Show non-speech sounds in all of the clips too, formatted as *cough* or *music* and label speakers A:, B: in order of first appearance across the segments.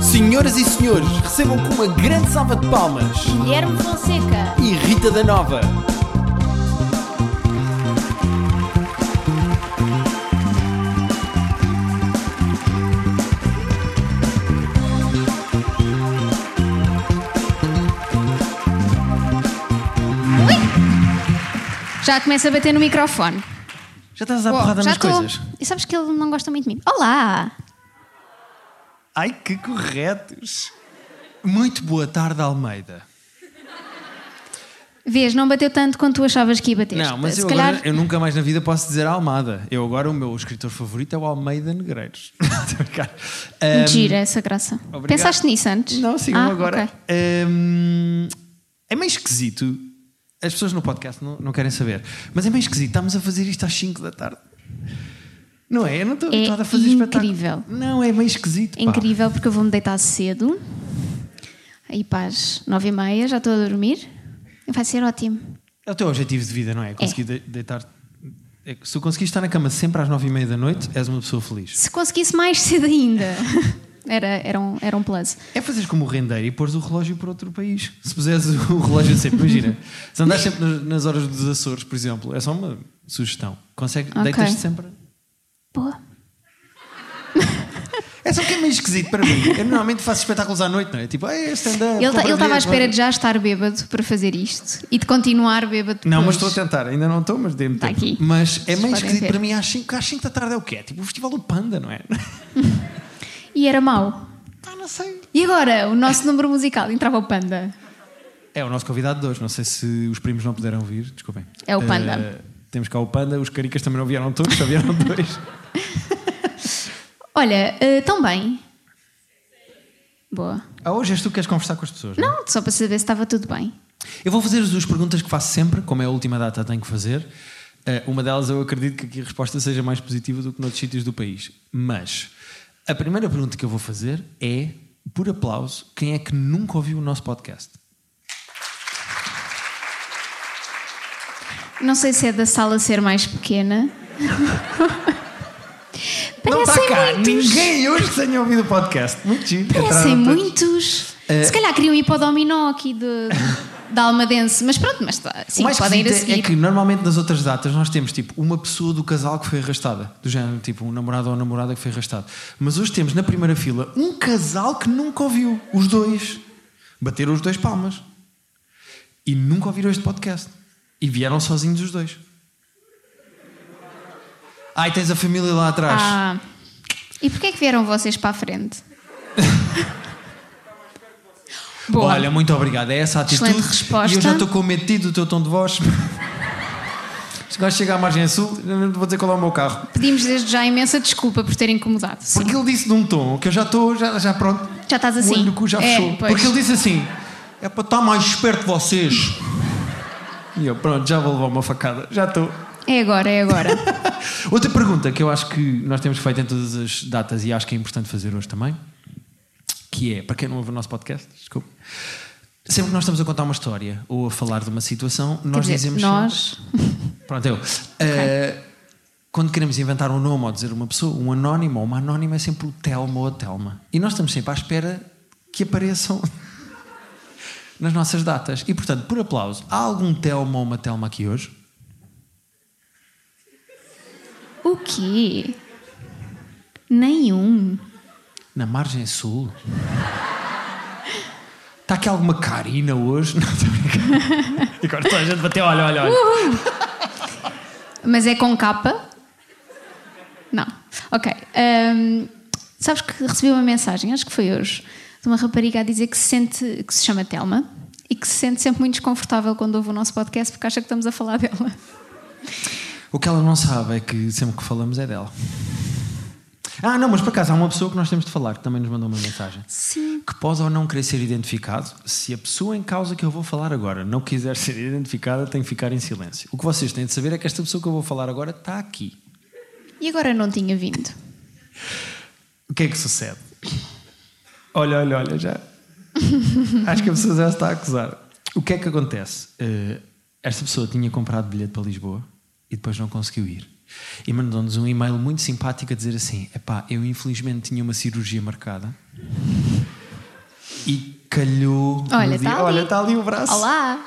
A: Senhoras e senhores, recebam com uma grande salva de palmas
B: Guilherme Fonseca.
A: e Rita da Nova.
B: Já começa a bater no microfone.
C: Já estás a dar
B: Uou,
C: Tá porrada
B: já
C: nas
B: tô.
C: coisas.
B: E sabes que ele não gosta muito de mim. Olá!
C: Ai, que corretos. Muito boa tarde, Almeida.
B: Vês, não bateu tanto quanto tu achavas que ia bater.
C: Não, mas
B: Se
C: eu,
B: calhar... é
C: agora, eu nunca mais na vida posso dizer Almada. Eu agora, o meu escritor favorito é o Almeida Negreiros. *laughs* Estou a brincar. Ahm,
B: Gira essa graça.
C: ehm, obrigado.
B: Pensaste nisso antes?
C: Não, sigam
B: Ah,
C: agora.
B: ok.
C: Ahm, é meio esquisito. As pessoas no podcast não, não querem saber. Mas é meio esquisito. Estamos a fazer isto às 5 da tarde. Não é? Eu não estou
B: É
C: habituado a fazer
B: incrível.
C: espetáculo. Não, é meio esquisito.
B: É
C: pá.
B: incrível porque eu vou-me deitar cedo. Aí pás, nove e meia, já estou a dormir. Vai ser ótimo.
C: É o teu objetivo de vida, não é? Conseguir de- deitar. é que se tu conseguires estar na cama sempre às nove e meia da noite, és uma pessoa feliz.
B: Se conseguisse mais cedo ainda. *laughs* Era, era, um, era um plus.
C: É fazeres como o rendeiro e pôres o relógio para outro país. Se puseres o *laughs* relógio sempre, imagina. Se andares sempre nas, nas horas dos Açores, por exemplo, é só uma sugestão. Consegue,
B: Ok.
C: deitas-te sempre.
B: Boa.
C: É só que é meio esquisito para mim. Eu normalmente faço espetáculos à noite, não é? Tipo, é stand-up.
B: Ele ta- ele estava à espera de
C: de.
B: já estar bêbado para fazer isto e de continuar bêbado
C: Não, mas
B: depois.
C: estou a tentar, ainda não estou, mas dê-me
B: Está
C: tempo.
B: Tá aqui.
C: Mas é
B: Vocês
C: meio
B: podem
C: esquisito
B: ver.
C: para mim às 5 às cinco da tarde é o quê? É Tipo o Festival do Panda, não é? *laughs*
B: E era mau.
C: Ah, não sei.
B: E agora, o nosso número musical entrava o Panda.
C: É o nosso convidado de hoje. Não sei se os primos não puderam vir, desculpem.
B: É o Panda.
C: Eh, temos cá o Panda, os caricas também não vieram todos, só vieram *laughs* dois.
B: Olha, eh, tão bem. Boa.
C: Ah, hoje és tu que queres conversar com as pessoas. Não. é?
B: Não, só para saber se estava tudo bem.
C: Eu vou fazer as duas perguntas que faço sempre, como é a última data a tenho que fazer. Eh, uma delas eu acredito que aqui a resposta seja mais positiva do que noutros sítios do país. Mas a primeira pergunta que eu vou fazer é, por aplauso, quem é que nunca ouviu o nosso podcast?
B: Não sei se é da sala ser mais pequena.
C: *laughs* não está
B: Parecem
C: cá
B: muitos.
C: ninguém tá hoje que tenha ouvido o podcast. Muito giro.
B: Parecem
C: Entraram todos.
B: muitos.
C: Eh,
B: Se calhar queriam ir para o dominó aqui
C: *laughs*
B: de, da Almadense. Mas pronto, mas tá,
C: o
B: sim,
C: mais
B: podem ir a
C: esquisito
B: seguir.
C: é que normalmente nas outras datas nós temos tipo uma pessoa do casal que foi arrastada, do género tipo um namorado ou uma namorada que foi arrastado. Mas hoje temos na primeira fila um casal que nunca ouviu, os dois. Bateram os dois palmas. E nunca ouviram este podcast. E vieram sozinhos os dois. Ai, tens a família lá atrás.
B: Ah, e porquê é que vieram vocês para
C: *laughs*
B: a frente? Boa.
C: Olha, muito obrigado. É essa a atitude.
B: Excelente resposta.
C: E eu já estou cometido do teu tom de voz. *laughs* Agora chega à margem sul, eu não vou dizer qual é o meu carro.
B: Pedimos desde já imensa desculpa por ter incomodado. Sim.
C: Porque ele disse num tom que eu já estou, já, já pronto.
B: Já estás
C: O olho
B: assim.
C: no cu já
B: É,
C: fechou.
B: pois.
C: Porque ele disse assim: é para estar mais esperto de vocês. e eu, pronto, já vou levar uma facada. Já estou.
B: É agora, é agora.
C: *laughs* Outra pergunta que eu acho que nós temos feito em todas as datas e acho que é importante fazer hoje também, que é, para quem não ouve o nosso podcast, desculpa, sempre que nós estamos a contar uma história ou a falar de uma situação,
B: Quer
C: nós
B: dizer,
C: dizemos.
B: nós.
C: sempre- Pronto, eu. eh, quando queremos inventar um nome ou dizer uma pessoa, um anónimo ou uma anónima é sempre o Telmo ou a Telma. E nós estamos sempre à espera que apareçam *laughs* nas nossas datas. E portanto, por aplauso, há algum Telmo ou uma Telma aqui hoje?
B: O quê? Nenhum.
C: Na margem sul? Está aqui alguma Karina hoje? *laughs* Não, estou a brincar. E agora toda a gente bateu, olha, olha, olha.
B: Mas é com capa? Não. Ok. Ahm, sabes que recebi uma mensagem, acho que foi hoje, de uma rapariga a dizer que se sente, que se chama Telma e que se sente sempre muito desconfortável quando ouve o nosso podcast porque acha que estamos a falar dela.
C: O que ela não sabe é que sempre que falamos é dela. Ah, não, mas por acaso há uma pessoa que nós temos de falar que também nos mandou uma mensagem.
B: Sim.
C: Que pode ou não querer ser identificado, se a pessoa em causa que eu vou falar agora não quiser ser *laughs* identificada, tem que ficar em silêncio. O que vocês têm de saber é que esta pessoa que eu vou falar agora está aqui.
B: E agora não tinha vindo.
C: O que é que sucede? Olha, olha, olha, já. *laughs* Acho que a pessoa já está a acusar. O que é que acontece? Eh, esta pessoa tinha comprado bilhete para Lisboa e depois não conseguiu ir. E mandou-nos um e-mail muito simpático a dizer assim: Epá, eu infelizmente tinha uma cirurgia marcada calhou. no
B: Olha,
C: dia-
B: está ali.
C: Olha, está ali o braço.
B: Olá!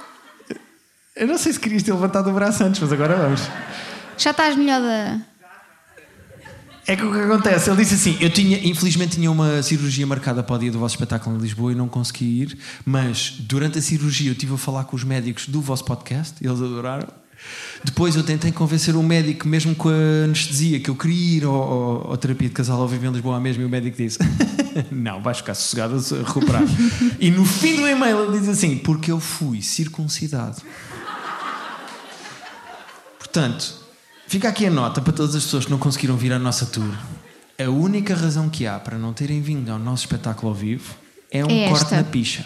C: Eu não sei se querias ter levantado o braço antes, mas agora vamos.
B: Já estás melhor da.
C: É que o que acontece, ele disse assim: eu tinha, infelizmente tinha uma cirurgia marcada para o dia do vosso espetáculo em Lisboa e não consegui ir, mas durante a cirurgia eu estive a falar com os médicos do vosso podcast, eles adoraram. Depois eu tentei convencer um médico, mesmo com a anestesia, que eu queria ir ao, ao- à terapia de casal ao vivo em Lisboa à mesma, e o médico disse: *laughs* Não, vais ficar sossegado a recuperar. e no fim do e-mail ele diz assim: Porque eu fui circuncidado. Portanto, fica aqui a nota para todas as pessoas que não conseguiram vir à nossa tour. A única razão que há para não terem vindo ao nosso espetáculo ao vivo é um
B: É
C: corte
B: esta.
C: na picha.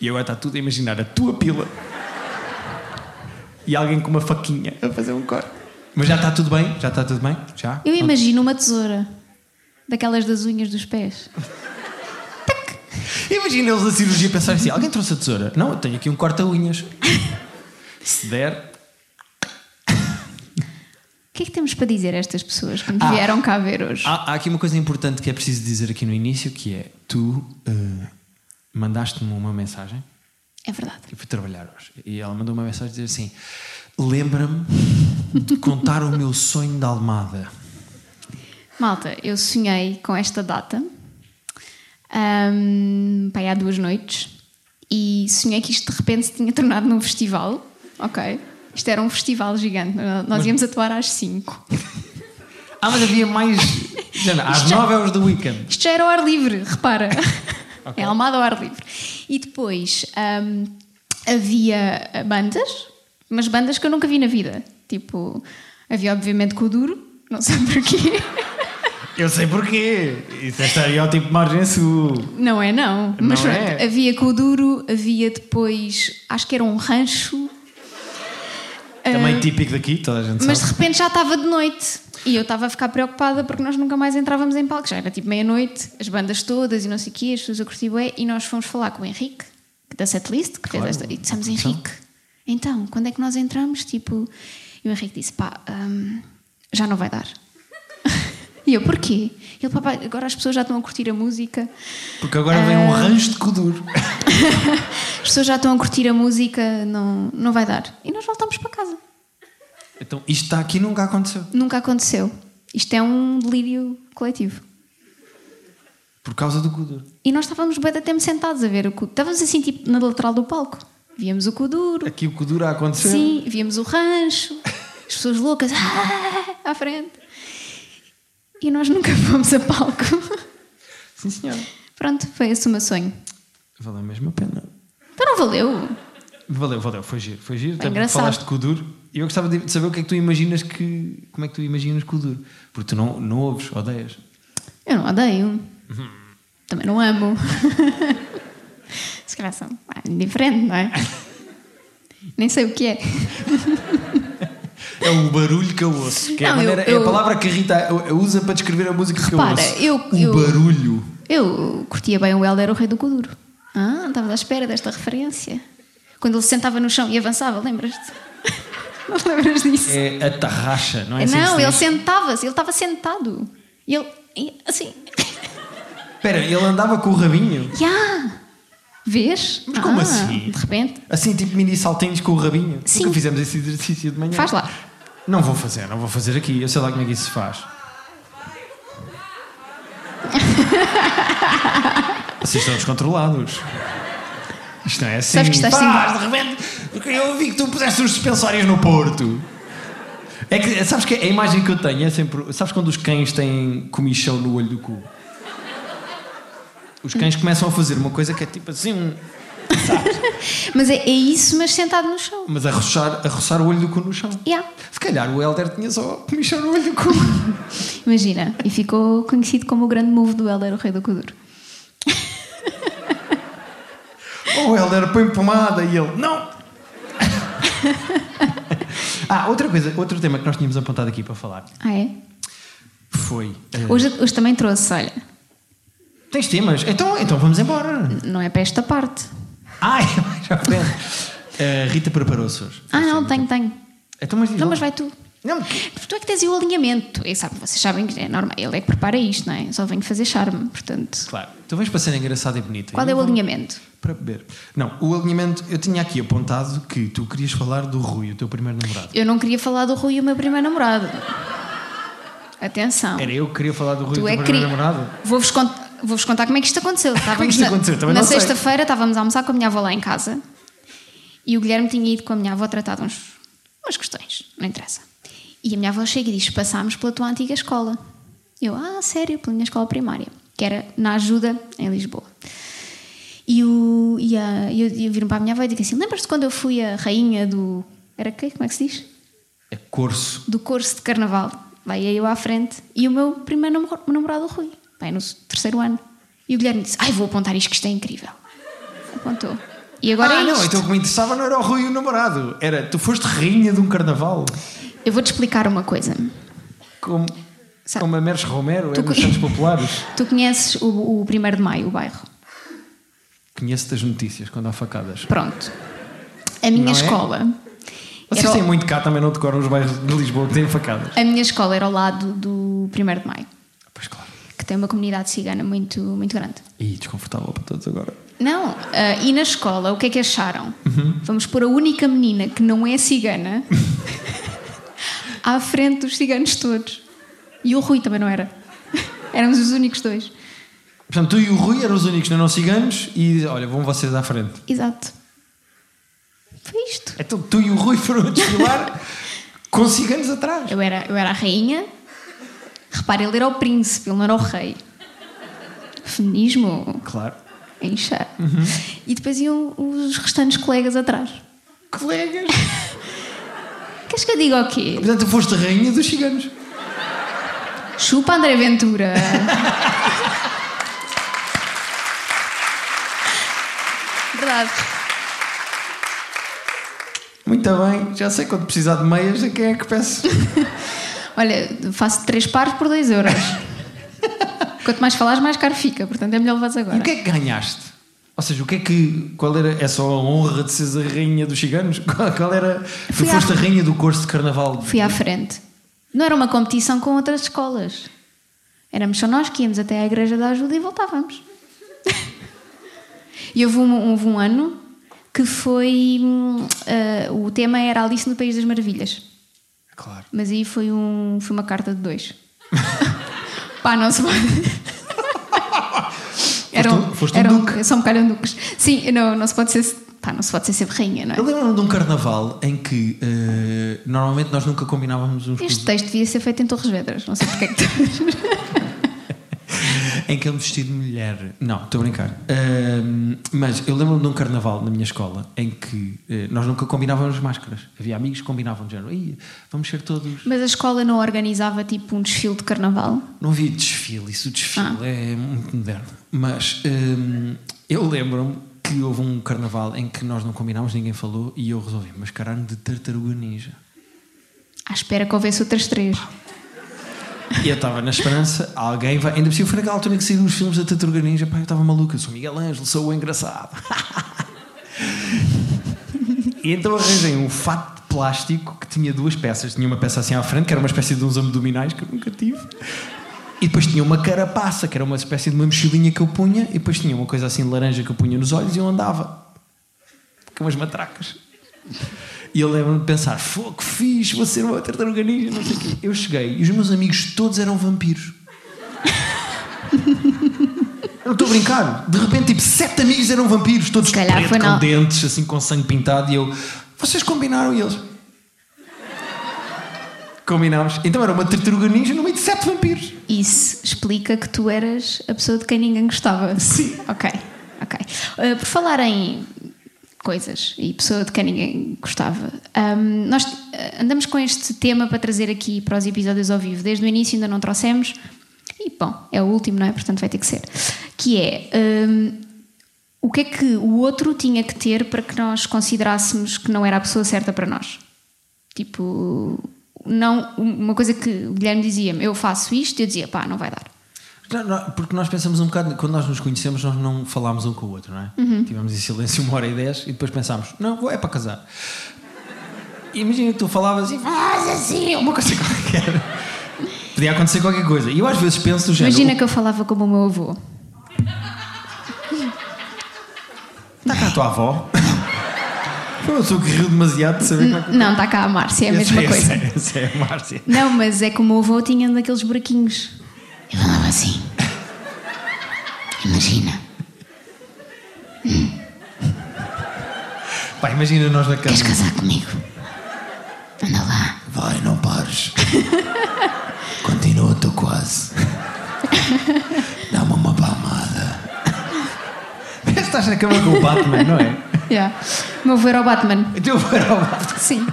C: E agora está tudo a imaginar a tua pila e alguém com uma faquinha a fazer um corte. Mas já está tudo bem? Já está tudo bem? Já?
B: Eu imagino uma tesoura. Daquelas das unhas dos pés.
C: Imagina eles da cirurgia pensarem assim: alguém trouxe a tesoura? Não, eu tenho aqui um corta-unhas. Se der,
B: O que é que temos para dizer a estas pessoas que nos
C: Ah.
B: vieram cá ver hoje?
C: Há, há aqui uma coisa importante que é preciso dizer aqui no início, que é tu eh, mandaste-me uma mensagem,
B: É verdade.
C: eu fui trabalhar hoje, e ela mandou uma mensagem dizer assim: lembra-me de contar o meu sonho da Almada.
B: Malta, eu sonhei com esta data ahm, pá, há duas noites e sonhei que isto de repente se tinha tornado num festival. Ok. Isto era um festival gigante. Nós íamos atuar às 5.
C: Ah, mas havia mais. Já não, Às
B: Isto já-
C: nove horas do weekend.
B: Isto já era ao ar livre, *laughs* repara. É Almada ao ar livre. E depois hum, havia bandas, mas bandas que eu nunca vi na vida. Tipo, havia obviamente com o Duro, não sei porquê.
C: Eu sei porquê. Isso é estereótipo de margem sul.
B: Não é, não. Mas
C: Não
B: pronto,
C: é.
B: havia com o Duro, havia depois, acho que era um rancho,
C: Também É típico daqui, toda a gente
B: Eh, mas de
C: sabe.
B: repente já estava de noite. E eu estava a ficar preocupada porque nós nunca mais entrávamos em palco. Já era tipo meia-noite, as bandas todas e não sei o quê, as pessoas a curtir bué, E nós fomos falar com o Henrique, da setlist, que
C: Claro,
B: fez esta. E dissemos,
C: então.
B: Henrique, então, quando é que nós entramos? Tipo, e o Henrique disse, pá, hum, já não vai dar. *laughs* e eu, porquê? Ele, pá, pá, agora as pessoas já estão a curtir a música.
C: Porque agora vem
B: eh,
C: um rancho de coduro.
B: As pessoas já estão a curtir a música, não, não vai dar. E nós voltamos para casa.
C: Então, isto está aqui e nunca aconteceu.
B: Nunca aconteceu. Isto é um delírio coletivo.
C: Por causa do coduro.
B: E nós estávamos bem até sentados a ver o cu. Estávamos assim, tipo, na lateral do palco. Víamos o cu duro,
C: Aqui o coduro a acontecer.
B: sim, víamos o rancho, as pessoas loucas *laughs* "Ah!" à frente. E nós nunca *laughs* fomos a palco.
C: Sim, senhor.
B: Pronto, foi esse o meu sonho.
C: Valeu mesmo a pena.
B: Então não valeu.
C: Valeu, valeu, foi giro, foi giro.
B: Foi
C: Até porque
B: engraçado.
C: falaste com o duro. E eu gostava de saber o que é que tu imaginas que. Como é que tu imaginas com o duro? Porque tu não, não ouves, odeias.
B: Eu não odeio. Também não amo. *laughs* Se calhar são ah, indiferente, não é? Nem sei o que é.
C: É o barulho que eu ouço. Que é, a
B: Não, eu-
C: maneira- é
B: eu-
C: a palavra que a Rita usa para descrever a música
B: Repara,
C: que eu
B: eu-
C: ouço.
B: eu-
C: O barulho.
B: Eu curtia bem o Helder, o rei do Kuduro. Ah, estavas à espera desta referência. Quando ele se sentava no chão e avançava, lembras-te? *laughs* Não te lembras disso?
C: É a tarraxa, não é? assim que
B: não,
C: se
B: ele
C: diz?
B: sentava-se, ele estava sentado. E ele, e assim,
C: Espera, ele andava com o rabinho.
B: ya! Vês?
C: Mas como
B: Ah,
C: assim?
B: De repente,
C: Assim, tipo mini saltinhos com o rabinho.
B: Sim.
C: Nunca fizemos esse exercício de manhã.
B: Faz lá.
C: Não vou fazer, não vou fazer aqui. Eu sei lá como é que isso se faz. Vocês estão descontrolados. Isto não é assim.
B: Sabes que estás
C: Faz, de repente. porque Eu ouvi que tu puseste os suspensórios no Porto. É que, sabes que a imagem que eu tenho é sempre. Sabes quando os cães têm comichão no olho do cu? Os cães começam a fazer uma coisa que é tipo assim. um-
B: mas é, é isso, mas sentado no chão.
C: Mas a roçar, a roçar o olho do cu no chão.
B: Ya!
C: Se calhar o Helder tinha só comichão no olho do cu.
B: Imagina, e ficou conhecido como o grande move do Helder, o rei do Kuduro.
C: Ou o Helder põe pomada e ele, não! *laughs* ah, outra coisa, outro tema que nós tínhamos apontado aqui para falar
B: Ah, é?
C: foi. eh,
B: Hoje, hoje também trouxe, olha,
C: Tens temas? Então, então vamos embora.
B: não é para esta parte.
C: Ai, *laughs* já foi. Eh, Rita preparou-se hoje.
B: Ah, não, tenho, tenho.
C: Então, mas diz
B: Não,
C: lá.
B: mas vai tu.
C: Não,
B: Tu é que tens aí o alinhamento. E sabe, vocês sabem que é normal. Ele é que prepara isto, não é? Só venho fazer charme, portanto.
C: claro. Tu vens para ser engraçada e bonita.
B: Qual
C: Eu
B: é o
C: vou-
B: alinhamento?
C: Para beber. Não, o alinhamento. Eu tinha aqui apontado que tu querias falar do Rui, o teu primeiro namorado.
B: Eu não queria falar do Rui, o meu primeiro namorado. Atenção.
C: Era eu que queria falar do Rui, o
B: Ah. Tu
C: teu
B: é
C: primeiro
B: queria.
C: namorado?
B: Vou-vos contar. Vou-vos contar como é que isto
C: *laughs*
B: aconteceu.
C: Como é que isto
B: na-
C: aconteceu? Também
B: na
C: não sei.
B: sexta-feira estávamos a almoçar com a minha avó lá em casa e o Guilherme tinha ido com a minha avó tratar de uns, umas questões, não interessa. E a minha avó chega e diz: Passámos pela tua antiga escola. Eu, ah, sério, pela minha escola primária, que era na Ajuda, em Lisboa. E, o, e, a, e eu, e eu viro para a minha avó e digo assim: Lembras-te quando eu fui a rainha do. Era quê? Como é que se diz?
C: É corso.
B: do curso de carnaval. Lá ia eu à frente e o meu primeiro namor- namorado, o Rui, bem no terceiro ano. E o Guilherme disse: Ai, vou apontar isto que isto é incrível. Apontou. E agora
C: ah,
B: é
C: não,
B: isto.
C: então o que me interessava não era o Rui o namorado. Era tu foste rainha de um carnaval.
B: Eu vou-te explicar uma coisa.
C: Como,
B: Sabe-
C: como a Mercedes Romero, é
B: Tu
C: nos
B: co- *laughs*
C: Santos Populares.
B: Tu conheces o, o 1 de Maio, o bairro?
C: Conheço-te as notícias quando há facadas.
B: Pronto. A minha
C: Não é?
B: escola.
C: Vocês
B: era-
C: têm muito cá, também não decoram os bairros de Lisboa que têm facadas.
B: A minha escola era ao lado do 1 de Maio,
C: Pois claro.
B: que tem uma comunidade cigana muito, muito grande.
C: E desconfortável para todos agora.
B: Não, ah, e na escola, o que é que acharam? Vamos pôr a única menina que não é cigana à frente dos ciganos todos. E o Rui também não era. *laughs* Éramos os únicos dois.
C: Portanto, tu e o Rui eram os únicos não ciganos e olha, vão vocês à frente.
B: Exato. Foi isto.
C: Então tu e o Rui *laughs* foram a desfilar com ciganos atrás.
B: Eu era, eu era a rainha. Repara, ele era o príncipe, ele não era o rei. Feminismo.
C: Claro.
B: a inchar. E depois iam os restantes colegas atrás.
C: Colegas.
B: *laughs* Queres que eu diga o quê?
C: Portanto, tu foste a rainha dos ciganos.
B: Chupa André Ventura. Verdade.
C: Muito bem, já sei quando precisar de meias, a quem é que peço?
B: Olha, faço três pares por 2 euros. Quanto mais falares, mais caro fica. Portanto, é melhor levares
C: E
B: agora.
C: o que é que ganhaste? Ou seja, o que é que. Qual era. É só a honra de seres a rainha dos ciganos? *laughs* Qual, qual era.
B: Fui
C: tu
B: à-
C: foste a rainha do curso de carnaval.
B: Fui à frente. Não era uma competição com outras escolas. Éramos só nós que íamos até à Igreja da Ajuda e voltávamos. e houve um, houve um ano que foi. hum, ah, o tema era Alice no País das Maravilhas.
C: Claro.
B: Mas aí foi, um, foi uma carta de dois. *laughs* Pá, não se pode. Era
C: Foste
B: um-
C: um- foste um
B: era um-
C: duque.
B: São um bocado duques. Sim, não, não se pode ser. Pá, não se pode ser sempre rainha, não
C: Eu
B: é?
C: lembro-me de um carnaval em que eh, normalmente nós nunca combinávamos um uns com os
B: Este texto devia ser feito em Torres Vedras, não sei porque é
C: *laughs*
B: que tu.
C: Em que eu me vesti de mulher. Não, estou a brincar. Ahm, mas eu lembro-me de um carnaval na minha escola em que eh, nós nunca combinávamos máscaras. Havia amigos que combinavam de género. "Ih, Vamos ser todos.
B: Mas a escola não organizava tipo um desfile de carnaval?
C: Não havia desfile, isso o desfile é muito moderno. Mas ahm, eu lembro-me que houve um carnaval em que nós não combinámos, ninguém falou e eu resolvi mascarar-me de tartaruga ninja.
B: À espera que houvesse outras três.
C: E eu estava na esperança, alguém vai. Ainda por cima foi naquela altura em que saíram os filmes da Tartaruga Ninja. Pá, eu estava maluco, eu sou Miguel Ângelo, sou o engraçado. *laughs* e então arranjei um fato de plástico que tinha duas peças. Tinha uma peça assim à frente, que era uma espécie de uns abdominais que eu nunca tive. E depois tinha uma carapaça, que era uma espécie de uma mochilinha que eu punha. E depois tinha uma coisa assim de laranja que eu punha nos olhos e eu andava. Com umas matracas. E eu lembro-me de pensar: fogo, que fixe, vou ser uma tartaruga ninja, não sei o quê. Eu cheguei e os meus amigos todos eram vampiros. Eu não estou a brincar. De repente, tipo, sete amigos eram vampiros, todos
B: Se calhar
C: de preto,
B: foi
C: com
B: na-
C: dentes, assim, com sangue pintado. E eu, vocês combinaram? E eles, combinámos. Então era uma tartaruga ninja no meio de sete vampiros.
B: Isso explica que tu eras a pessoa de quem ninguém gostava.
C: Sim.
B: Ok, ok. Uh, por falar em coisas e pessoa de quem ninguém gostava, um, nós uh, andamos com este tema para trazer aqui para os episódios ao vivo. Desde o início ainda não trouxemos. E bom, é o último, não é? Portanto vai ter que ser. Que é. um, o que é que o outro tinha que ter para que nós considerássemos que não era a pessoa certa para nós? Tipo, não, uma coisa que o Guilherme dizia-me, eu faço isto, eu dizia, pá, não vai dar.
C: Não, não, porque nós pensamos um bocado, quando nós nos conhecemos, nós não falámos um com o
B: Uhum.
C: outro, não é? Tivemos em silêncio uma hora e dez e depois pensámos, não, é para casar. imagina que tu falavas e faz assim, uma coisa *laughs* qualquer. Podia acontecer qualquer coisa. E eu às vezes penso do género.
B: Imagina que eu falava como o meu avô.
C: Está cá a tua avó. *laughs* Foi uma pessoa que riu demasiado de saber como é que
B: Não, está cá a Márcia, Hum. é a
C: Esse *laughs*
B: mesma
C: é-
B: coisa.
C: esse é- esse é a Márcia.
B: Não, mas é como o meu avô tinha daqueles buraquinhos. Eu falava assim. Imagina.
C: Pá, imagina nós na cama.
B: Queres casar comigo? Anda lá.
A: Vai, não pares. Continua, estou quase. Dá-me uma palmada.
C: Estás na cama com o Batman, não é?
B: Yeah. O meu avô era o Batman.
C: *laughs* Então para o Batman.
B: Sim.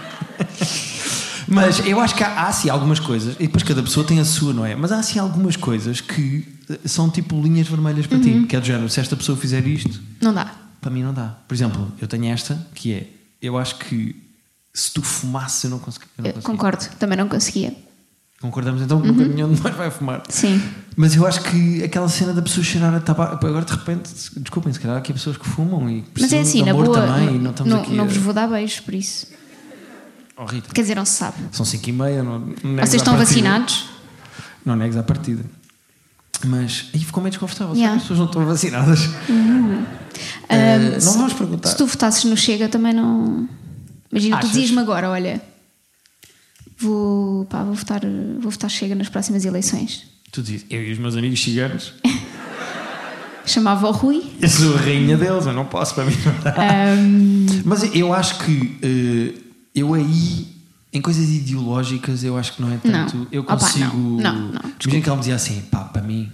C: Mas eu acho que há, há sim algumas coisas, e depois cada pessoa tem a sua, não é? Mas há sim algumas coisas que eh, são tipo linhas vermelhas para ti, que é do género, se esta pessoa fizer isto,
B: Não dá.
C: para mim não dá. Por exemplo, eu tenho esta, que é, eu acho que se tu fumasses eu não consegui. Eu não
B: Eu
C: conseguia.
B: concordo, também não conseguia.
C: Concordamos então que nunca nenhum de nós vai fumar.
B: Sim.
C: Mas eu acho que aquela cena da pessoa cheirar a tabaco. Agora de repente, se- desculpem, se calhar há aqui pessoas que fumam e
B: Mas é
C: precisam
B: assim,
C: de
B: na
C: amor
B: boa.
C: também. e
B: não,
C: não estamos
B: não-
C: aqui.
B: não
C: a-
B: vos vou dar beijos por isso.
C: Oh, Rita,
B: Quer dizer, não se sabe.
C: são 5 e meia. Não, não negues
B: Vocês
C: à
B: estão
C: partida.
B: vacinados?
C: Não negues à partida. Mas aí ficou meio desconfortável. sabe?
B: Yeah.
C: As pessoas não estão vacinadas. Eh,
B: Ahm,
C: não
B: se-
C: vamos perguntar.
B: Um, Se tu votasses no Chega, também não. Imagina,
C: Achas?
B: tu dizias-me agora: olha, vou, pá, vou, votar, vou votar Chega nas próximas eleições.
C: Tu dizes, eu e os meus amigos
B: *laughs*
C: ciganos,
B: Chamava
C: *laughs*
B: o Rui.
C: eu sou a rainha deles, eu não posso para mim. não dá.
B: Ahm,
C: Mas eu acho que eh, eu aí, em coisas ideológicas, eu acho que não é tanto.
B: Não.
C: Eu
B: Opa, não.
C: consigo.
B: Não, não,
C: Imagina
B: desculpa.
C: que ela me dizia assim, pá, para mim,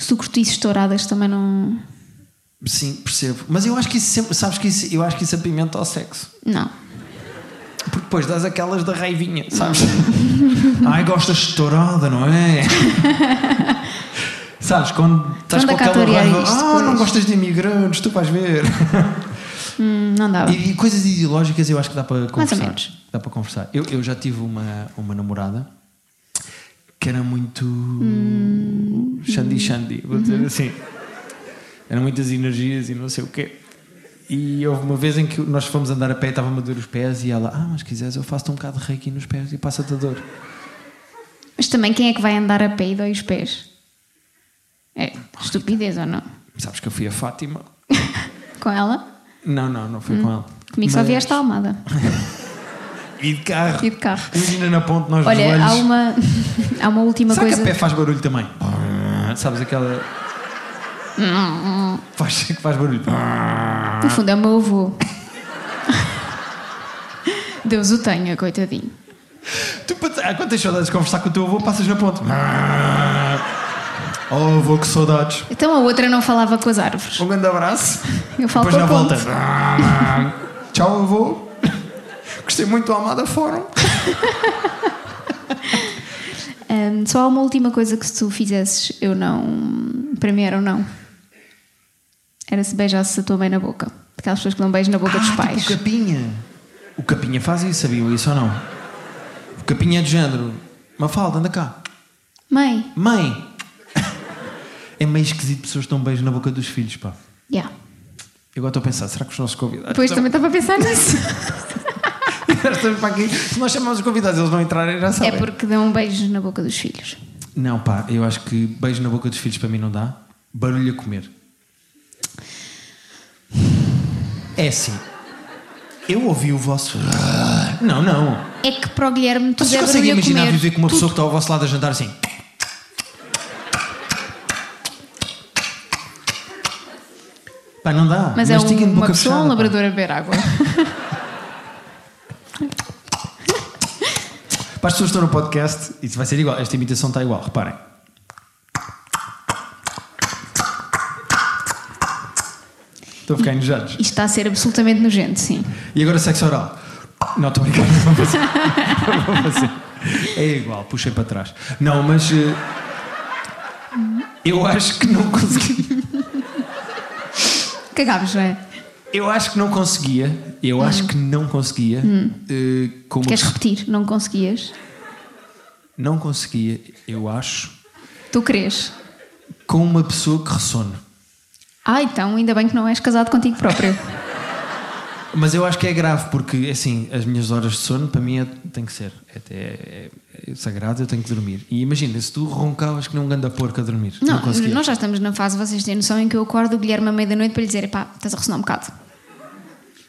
B: se tu curtisses touradas, também não.
C: Sim, percebo. Mas eu acho que isso sempre, sabes que isso, eu acho que isso apimenta ao sexo.
B: Não.
C: Porque depois dás aquelas da raivinha,
B: *laughs*
C: sabes? Ai, gostas de tourada, não é? sabes, quando estás
B: Anda
C: com
B: cá
C: aquela
B: torear
C: raiva,
B: é isto
C: ah,
B: depois."
C: não gostas de imigrantes, tu vais ver.
B: Hum, não dava.
C: E, e coisas ideológicas eu acho que dá para conversar.
B: menos.
C: Dá para conversar. Eu, eu já tive uma, uma namorada que era muito.
B: Hum.
C: Xandi Xandi, vou dizer
B: Uhum.
C: assim. Eram muitas energias e não sei o quê. E houve uma vez em que nós fomos andar a pé e estava-me a doer os pés e ela, ah, mas quiseres eu faço-te um bocado de reiki nos pés e passa-te a dor.
B: Mas também, quem é que vai andar a pé e dói os pés? É estupidez ou não?
C: Sabes que eu fui a Fátima?
B: Com ela?
C: Não, não, não fui com ela.
B: Hum. Comigo só
C: Mas-
B: vieste à Almada
C: E de carro.
B: e
C: *laughs*
B: de carro.
C: Imagina na ponte nós nos
B: Olha,
C: joelhos.
B: há uma, *laughs* há uma última
C: Será
B: coisa.
C: que a pé faz barulho também? Sabes *laughs* aquela. Faz, que faz barulho. Ah.
B: No fundo é o meu avô. Deus o tenha, coitadinho.
C: Tu, ah, quando tens saudades de conversar com o teu avô, passas na *laughs* ponte. Oh, avô, que saudades.
B: Então a outra não falava com as árvores.
C: Um grande abraço.
B: Eu falo
C: Depois
B: com
C: na
B: a ponte.
C: volta. *laughs* Tchau, avô. Gostei muito do Amada Fórum.
B: Ahm, só há uma última coisa que se tu fizesses, eu não. Para mim era ou não. Era se beijasses a tua mãe na boca. Aquelas pessoas que não beijam na boca dos
C: Ah,
B: pais.
C: tipo o Capinha. O Capinha faz isso, sabiam isso ou não? O Capinha é de género. Mafalda, anda cá.
B: Mãe,
C: Mãe! É meio esquisito pessoas que dão beijo na boca dos filhos, pá.
B: yeah.
C: Eu agora estou a pensar, será que os nossos convidados.
B: Depois também estava
C: *laughs*
B: a pensar
C: Tá
B: nisso.
C: Estamos para aqui. Se nós chamamos os convidados, eles não entrarem, já sabem.
B: É porque dão beijos na boca dos filhos.
C: Não, pá, eu acho que beijo na boca dos filhos para mim não dá. Barulho a comer. É assim. Eu ouvi o vosso. Não, não.
B: É que para o Guilherme tudo
C: Vocês
B: é
C: conseguem
B: barulho a
C: imaginar
B: comer.
C: viver com uma
B: Tudo.
C: pessoa que está ao vosso lado a jantar assim? Pá, não dá.
B: Mas, é
C: Mastiga de
B: uma
C: boca
B: pessoa ou
C: fechada,
B: um
C: pá.
B: labrador a beber água?
C: Para as pessoas que estão no podcast, isso vai ser igual. Esta imitação está igual, reparem. Estou a ficar enojados.
B: Isto está a ser absolutamente nojento, sim.
C: E agora sexo oral. Não, estou a brincar, não vou fazer. Não vou fazer. É igual, puxei para trás. Não, mas. eh, Eu acho que não consegui.
B: Cagámos, não é?
C: Eu acho que não conseguia. Eu acho que não conseguia. eh, com uma
B: Hum. Queres
C: pessoa-
B: repetir? Não conseguias?
C: não conseguia, eu acho.
B: Tu queres?
C: Com uma pessoa que ressone.
B: Ah, então ainda bem que não és casado contigo próprio.
C: Mas eu acho que é grave, porque assim, as minhas horas de sono, para mim, é, tem que ser. É, é- é sagrado, eu tenho que dormir. E imagina, se tu roncavas que nem um ganda porco a dormir, não,
B: Não,
C: conseguias.
B: nós já estamos na fase, vocês têm noção, em que eu acordo o Guilherme à meia-da-noite para lhe dizer: pá, estás a ressonar um bocado.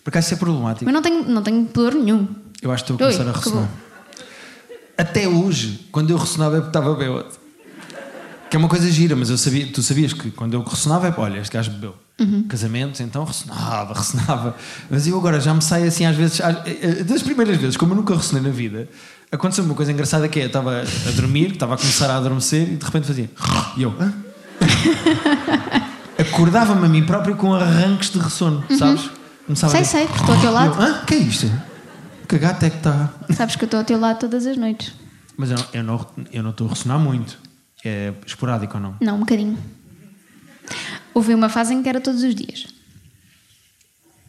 C: Por acaso isso é problemático.
B: Mas não tenho, não tenho pudor nenhum.
C: Eu acho que estou a começar
B: Ui,
C: a ressonar.
B: acabou.
C: Até hoje, quando eu ressonava, eu estava bêbado. Que é uma coisa gira, mas eu sabia, tu sabias que quando eu ressonava, é pá, olha, este gajo bebeu.
B: Uhum.
C: Casamentos, então ressonava, *laughs* ressonava. Mas eu agora já me saio assim, às vezes, às- eh, eh, das primeiras vezes, como eu nunca ressonei na vida, aconteceu uma coisa engraçada que é: eu estava a dormir, estava a começar a adormecer e de repente fazia. E eu. "Hã?" Acordava-me a mim próprio com arranques de ressono, sabes? Começava a
B: Uhum. Sei,
C: dizer,
B: sei, estou ao teu
C: e eu,
B: lado.
C: "Hã? que é isto? Que gato é que está?
B: Sabes que eu estou ao teu lado todas as noites.
C: Mas eu, eu não eu não estou a ressonar muito. É esporádico ou não?
B: Não, um bocadinho. Houve uma fase em que era todos os dias.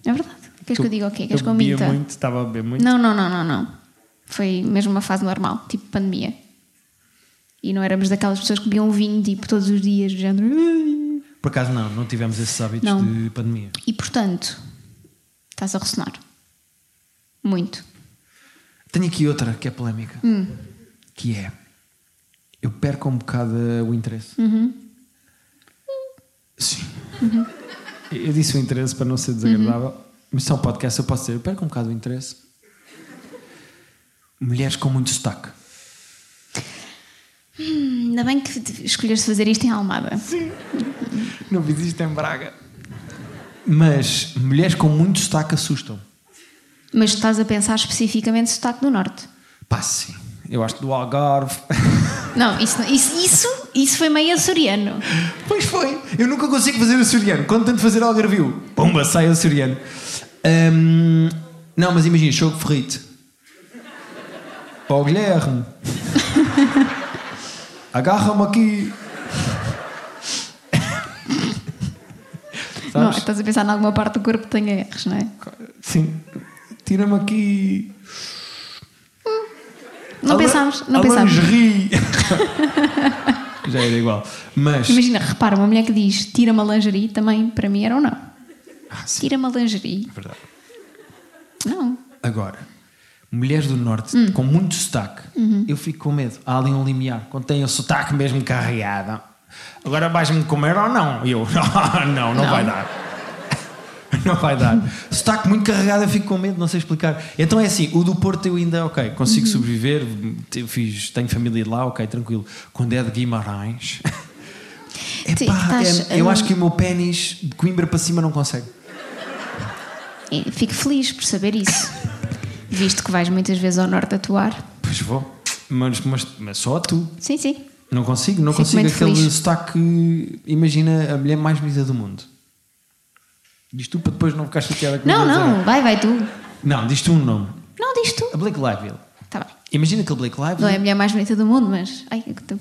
B: É verdade. Queres que eu diga o quê? Queres que eu
D: bebia
B: minta?
D: muito, estava a beber muito.
B: Não, não, não, não, não. Foi mesmo uma fase normal, tipo pandemia. E não éramos daquelas pessoas que bebiam vinho tipo todos os dias, do género. "Ai".
C: Por acaso não, não tivemos esses hábitos
B: Não.
C: de pandemia.
B: E portanto, estás a ressonar. Muito.
C: Tenho aqui outra que é polémica.
B: Hum.
C: Que é. Eu perco um bocado o interesse.
B: Uhum.
C: Sim.
D: Eu disse o interesse para não ser desagradável.
B: Uhum.
C: Mas se é um podcast, eu posso dizer. Eu perco um bocado o interesse. Mulheres com muito sotaque.
B: Hum, Ainda bem que escolheste fazer isto em Almada.
C: Não fiz isto em Braga. Mas mulheres com muito sotaque assustam.
B: Mas estás a pensar especificamente sotaque do Norte.
C: Pá, sim. Eu acho que do Algarve.
B: Não, isso, isso, isso, isso foi meio açoriano.
C: pois foi. Eu nunca consigo fazer o soriano. Quando tento fazer Algarvio, pumba, sai o soriano. Hum, não, mas imagina, Choco Ferrite. Ó *laughs* Guilherme. Agarra-me aqui.
B: Não,
C: Sabes?
B: estás a pensar em alguma parte do corpo que tenha erros, não é?
C: Sim. Tira-me aqui.
B: Não
C: Alan-
B: pensámos, não
C: Alan
B: pensámos.
C: Jerry. *laughs* Já era igual. Mas.
B: Imagina, repara, uma mulher que diz tira-me a lingerie também, para mim era ou não? Tira-me a lingerie.
C: Verdade.
B: Não.
C: Agora, mulheres do norte com muito sotaque, eu fico com medo. Há ali um limiar, quando tem o sotaque mesmo carregado. Agora vais-me comer ou não? E eu, *laughs* não, não, não
B: Não.
C: vai dar. *laughs* Não vai dar. Sotaque muito carregado, eu fico com medo, não sei explicar. Então é assim, o do Porto eu ainda, ok, consigo sobreviver, te- fiz, tenho família de lá, ok, tranquilo. Quando é de Guimarães,
B: *laughs* Sim,
C: pá,
B: estás,
C: é- eu
B: hum,
C: acho que o meu pênis de Coimbra para cima não consegue.
B: é, Fico feliz por saber isso. Visto que vais muitas vezes ao norte atuar.
C: Pois vou, mas, mas, mas só a tu.
B: Sim, sim.
C: Não consigo, não
B: Fico
C: consigo
B: muito
C: aquele
B: feliz.
C: sotaque. Imagina a mulher mais bonita do mundo. Diz tu para depois não ficar chateada com
B: Não,
C: os outros.
B: não, vai, vai tu.
C: Não, diz tu um nome.
B: Não, diz tu.
C: A Blake Lively.
B: Tá bem.
C: Imagina aquele Blake
B: Não é a
C: Lively.
B: mulher mais bonita do mundo, mas. Ai, que tu-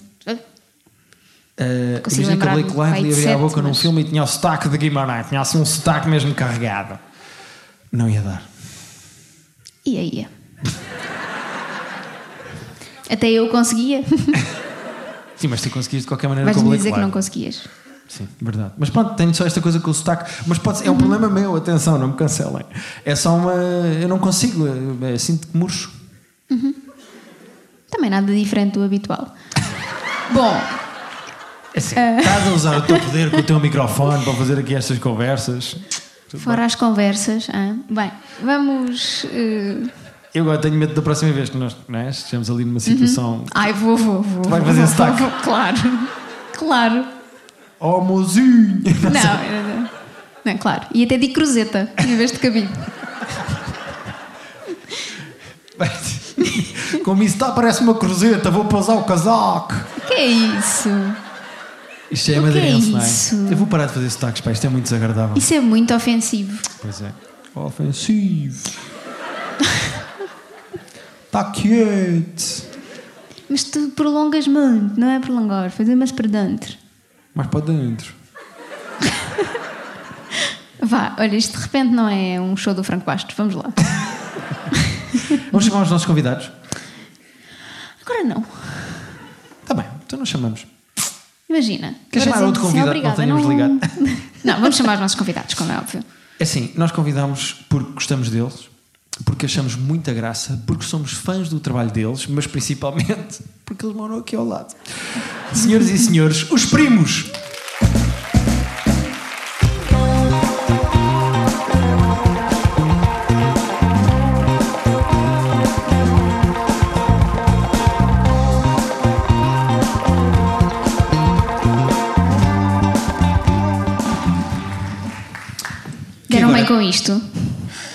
C: eh, imagina que
B: Consigo
C: a
B: lembrar-me
C: Blake
B: pai de
C: Lively abria a
B: sete,
C: boca num
B: mas-
C: filme e tinha o sotaque de Guimarães. Tinha assim um sotaque mesmo carregado. Não ia dar.
B: Ia, ia. Até eu conseguia.
C: Sim, mas tu conseguiste de qualquer maneira com o
B: Vais-me
C: Blake
B: dizer que não
C: Lively.
B: conseguias.
C: Sim, verdade. Mas pronto, tenho só esta coisa com o sotaque. Mas pode
B: Uhum.
C: ser, é um problema meu, atenção, não me cancelem. É só uma. Eu não consigo, eh, eh, sinto que murcho.
B: Também nada diferente do habitual. Bom,
C: É assim, estás a usar o teu poder com o teu microfone para fazer aqui estas conversas.
B: fora as conversas. hã? Bem, vamos. eh,
C: Eu agora tenho medo da próxima vez que nós não é? estejamos ali numa situação.
B: Ai, vou, vou, vou.
C: Tu vais
B: vou,
C: fazer
B: vou,
C: sotaque?
B: vou, Claro. Claro.
C: Oh, mozinho!
B: Não, eu- não, claro. E até de cruzeta, em vez de cabinho.
C: *laughs* Como isso está, parece uma cruzeta, vou pousar o casaco.
B: Que é isso?
C: Isto é
B: O que é
C: madeirense, não
B: isso?
C: é? Eu vou parar de fazer sotaques, pá, isto é muito desagradável.
B: Isso é muito ofensivo.
C: Pois é. Ofensivo. *laughs* Está quieto.
B: Mas tu prolongas muito, não é prolongar, fazer mais para dentro.
C: Mais para dentro.
B: Vá, olha, isto de repente não é um show do Franco Bastos, vamos lá.
C: Vamos chamar os nossos convidados?
B: Agora não.
C: Está bem, então nós chamamos.
B: Imagina.
C: Quer chamar
B: Agora dizem
C: outro
B: assim,
C: convidado? Não
B: "Obrigada, *laughs*
C: tenhamos ligado."
B: Não, vamos chamar os nossos convidados, como é óbvio.
C: É Assim, nós convidámos porque gostamos deles, porque achamos muita graça, porque somos fãs do trabalho deles, mas principalmente porque eles moram aqui ao lado. Senhoras e senhores, os primos!
B: Deram
C: agora?
B: bem com isto.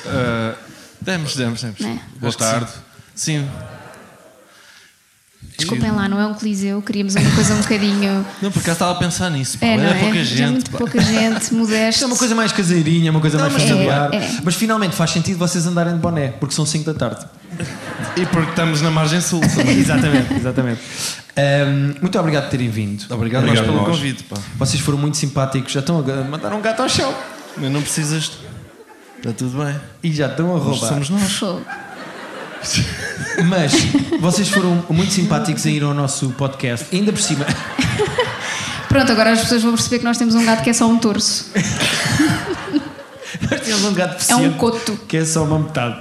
E: Ah, damos, damos, damos.
B: Né?
E: Boa
C: Acho que
E: tarde. Sim.
B: Desculpem lá, não é um coliseu, queríamos uma coisa
C: *laughs*
B: um bocadinho.
E: Não, por acaso estava a pensar nisso. pá.
B: É, não
E: Era
B: é?
E: pouca
B: Já
E: gente.
B: muito
E: pá.
C: *laughs*
B: pouca gente, modesto.
C: Isto é uma coisa mais caseirinha, uma coisa
E: Não,
C: mais
E: mas
C: familiar.
B: é, é.
C: Mas finalmente faz sentido vocês andarem de boné, porque são 5 da tarde.
E: E porque estamos na margem *laughs* sul. também.
C: exatamente, exatamente. Ahm, muito obrigado por terem vindo.
E: Obrigado,
C: Nós
E: nós pelo
C: nós.
E: convite. Pá.
C: Vocês foram muito simpáticos, já estão a ga- mandar um gato ao chão
E: Mas não precisas. Está tudo bem.
C: e já estão a
E: Nós
C: roubar.
E: somos nós.
B: Fogo.
C: Mas vocês foram muito simpáticos em ir ao nosso podcast, ainda por cima. *laughs*
B: Pronto, agora as pessoas vão perceber que nós temos um gato que é só um torso.
C: Nós temos um gato
B: É um
C: deficiente,
B: coto.
C: Que é só uma metade.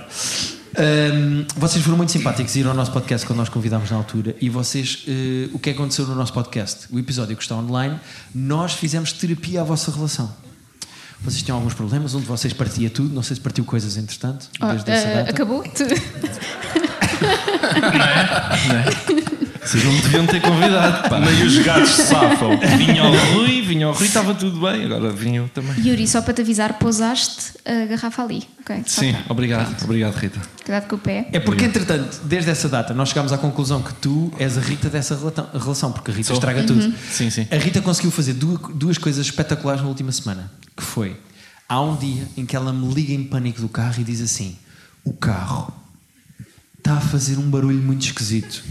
C: Ahm, vocês foram muito simpáticos ir ao nosso podcast quando nós convidámos na altura e vocês, eh, o que é que aconteceu no nosso podcast? O episódio que está online, nós fizemos terapia à vossa relação. Vocês tinham alguns problemas, um de vocês partia tudo, não sei se partiu coisas entretanto,
B: Oh,
C: desde essa
B: eh,
C: data. *laughs*
B: acabou?
E: Vocês não me deviam ter convidado. Pá. Nem os gatos se safam. *laughs* Vinha ao Rui, vinha ao Rui, estava tudo bem. Agora vinham também.
B: Yuri, só para te avisar, pousaste a garrafa ali. Ok, só
E: Sim,
B: para-
E: obrigado. Obrigado, Rita.
B: Cuidado com o pé.
C: É porque, entretanto, desde essa data, nós chegámos à conclusão que tu és a Rita dessa relata- relação, porque a Rita
E: Sou. Uhum.
C: estraga tudo.
E: Sim, sim.
C: A Rita conseguiu fazer du- duas, coisas espetaculares na última semana, que foi, há um dia em que ela me liga em pânico do carro e diz assim, o carro está a fazer um barulho muito
E: *laughs*
C: esquisito.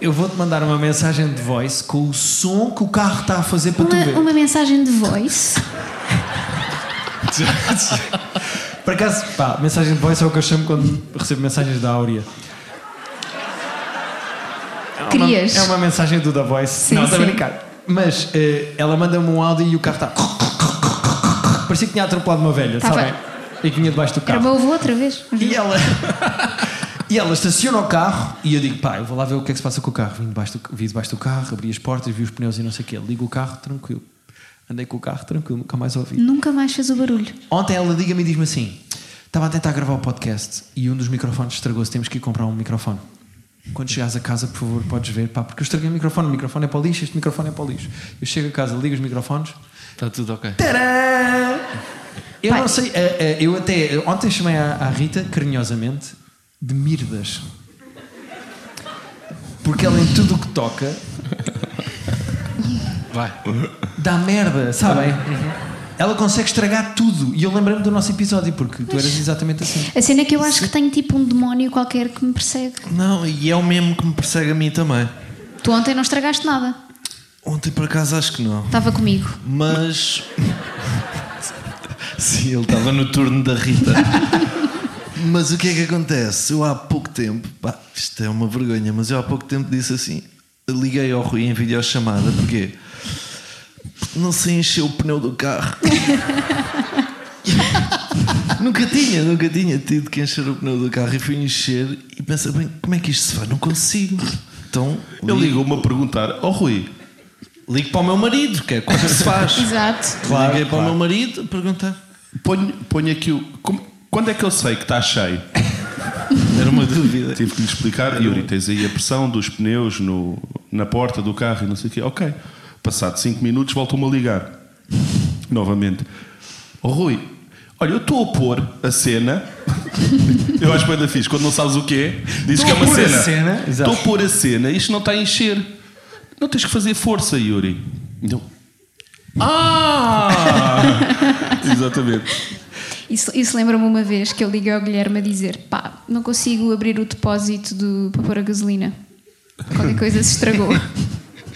C: Eu vou-te mandar uma mensagem de voice com o som que o carro está a fazer para tu ver.
B: Uma, uma mensagem de
C: *laughs*
B: voice.
C: *laughs* Por acaso, pá, mensagem de voice é o que eu chamo quando recebo mensagens da Áurea.
B: Querias?
C: É uma mensagem do The Voice. não, está a
B: sim.
C: brincar. Mas eh, ela manda-me um áudio e o carro está. Parecia que tinha atropelado uma velha,
B: Tava-
C: sabem? E que vinha debaixo do
B: Tá Era o
C: carro.
B: meu avô outra vez.
C: E ela. *laughs* E ela estaciona o carro e eu digo, pá, eu vou lá ver o que é que se passa com o carro. Vim debaixo do, vi debaixo do carro, abri as portas, vi os pneus e não sei o quê. Ligo o carro, tranquilo. Andei com o carro, tranquilo, nunca mais ouvi.
B: Nunca mais fez o barulho.
C: Ontem ela liga-me e diz-me assim: Estava a tentar gravar o podcast e um dos microfones estragou-se, temos que ir comprar um microfone. Quando chegares a casa, por favor, podes ver, pá, porque eu estraguei o microfone, o microfone é para o lixo, este microfone é para o lixo. Eu chego a casa, ligo os microfones.
E: Está tudo ok.
C: Tadã! Eu
B: Pai.
C: não sei, eh, eh, eu até. eh, Ontem chamei à, à Rita, carinhosamente, de Mirdas. Porque ela em tudo o que toca
E: Vai.
C: dá merda, sabem? Ela consegue estragar tudo. E eu lembrei-me do nosso episódio, porque tu eras exatamente assim.
B: A cena é que eu acho que tenho tipo um demónio qualquer que me persegue.
E: Não, e é o mesmo que me persegue a mim também.
B: Tu ontem não estragaste nada.
E: Ontem, por acaso, acho que não.
B: Estava comigo.
E: Mas. Sim, ele estava no turno da Rita. mas o que é que acontece? Eu há pouco tempo, pá, isto é uma vergonha, mas eu há pouco tempo disse assim: liguei ao Rui em videochamada, porquê? Porque não sei encher o pneu do carro. *laughs* nunca tinha, nunca tinha tido que encher o pneu do carro e fui encher e pensei: bem, como é que isto se faz? Não consigo. Então,
F: Ele ligou-me a perguntar: Ó Rui,
E: ligo para o meu marido, que é como se faz.
B: Exato.
E: Claro, Liguei para
F: claro.
E: o meu marido a perguntar.
F: ponho, ponho aqui o. como- quando é que eu sei que está cheio?
E: Era uma dúvida.
F: Tive que lhe explicar, Yuri, tens aí a pressão dos pneus no, na porta do carro e não sei o quê. Ok. Passado 5 minutos, voltou-me a ligar. Novamente. Ó Rui, olha, eu estou a pôr a cena. *laughs* eu acho bem da fixe. Quando não sabes o que é, dizes que
C: Estou
F: é
C: a
F: uma
C: pôr a
F: cena.
C: cena, exato.
F: Estou a pôr a cena, isto não está a encher. Não tens que fazer força, Yuri. Então, ah! *laughs* Exatamente.
B: Isso, isso lembra-me uma vez que eu liguei ao Guilherme a dizer: pá, não consigo abrir o depósito do, para pôr a gasolina. Qualquer coisa se estragou.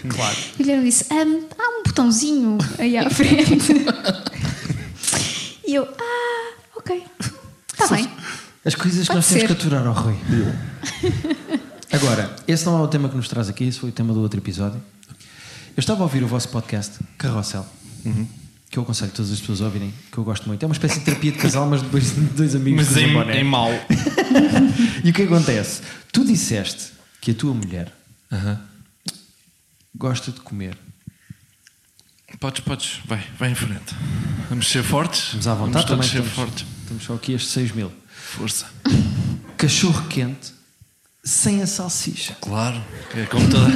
B: Claro. O Guilherme disse: "Ahm, há um botãozinho aí à frente. e eu: ah, ok. Está bem.
C: As coisas que
B: Pode
C: nós temos
B: ser.
C: que aturar ao Rui. Agora, esse não é o tema que nos traz
G: Uhum.
C: aqui, esse foi o tema do outro episódio. Eu estava a ouvir o vosso podcast, Carrossel, que eu aconselho todas as pessoas a ouvirem, que eu gosto muito. É uma espécie de terapia de casal, mas depois de dois amigos.
G: Mas
C: de um
G: em,
C: boné.
G: em mal.
C: E o que acontece? Tu disseste que a tua mulher gosta de comer.
G: Podes, podes. Vai, vai em frente. Vamos ser fortes.
C: Estamos à vontade
G: Vamos todos
C: também.
G: ser
C: Estamos,
G: fortes.
C: estamos só aqui estes 6 mil.
G: Força.
C: Cachorro quente sem a salsicha.
G: Claro.
E: É como toda-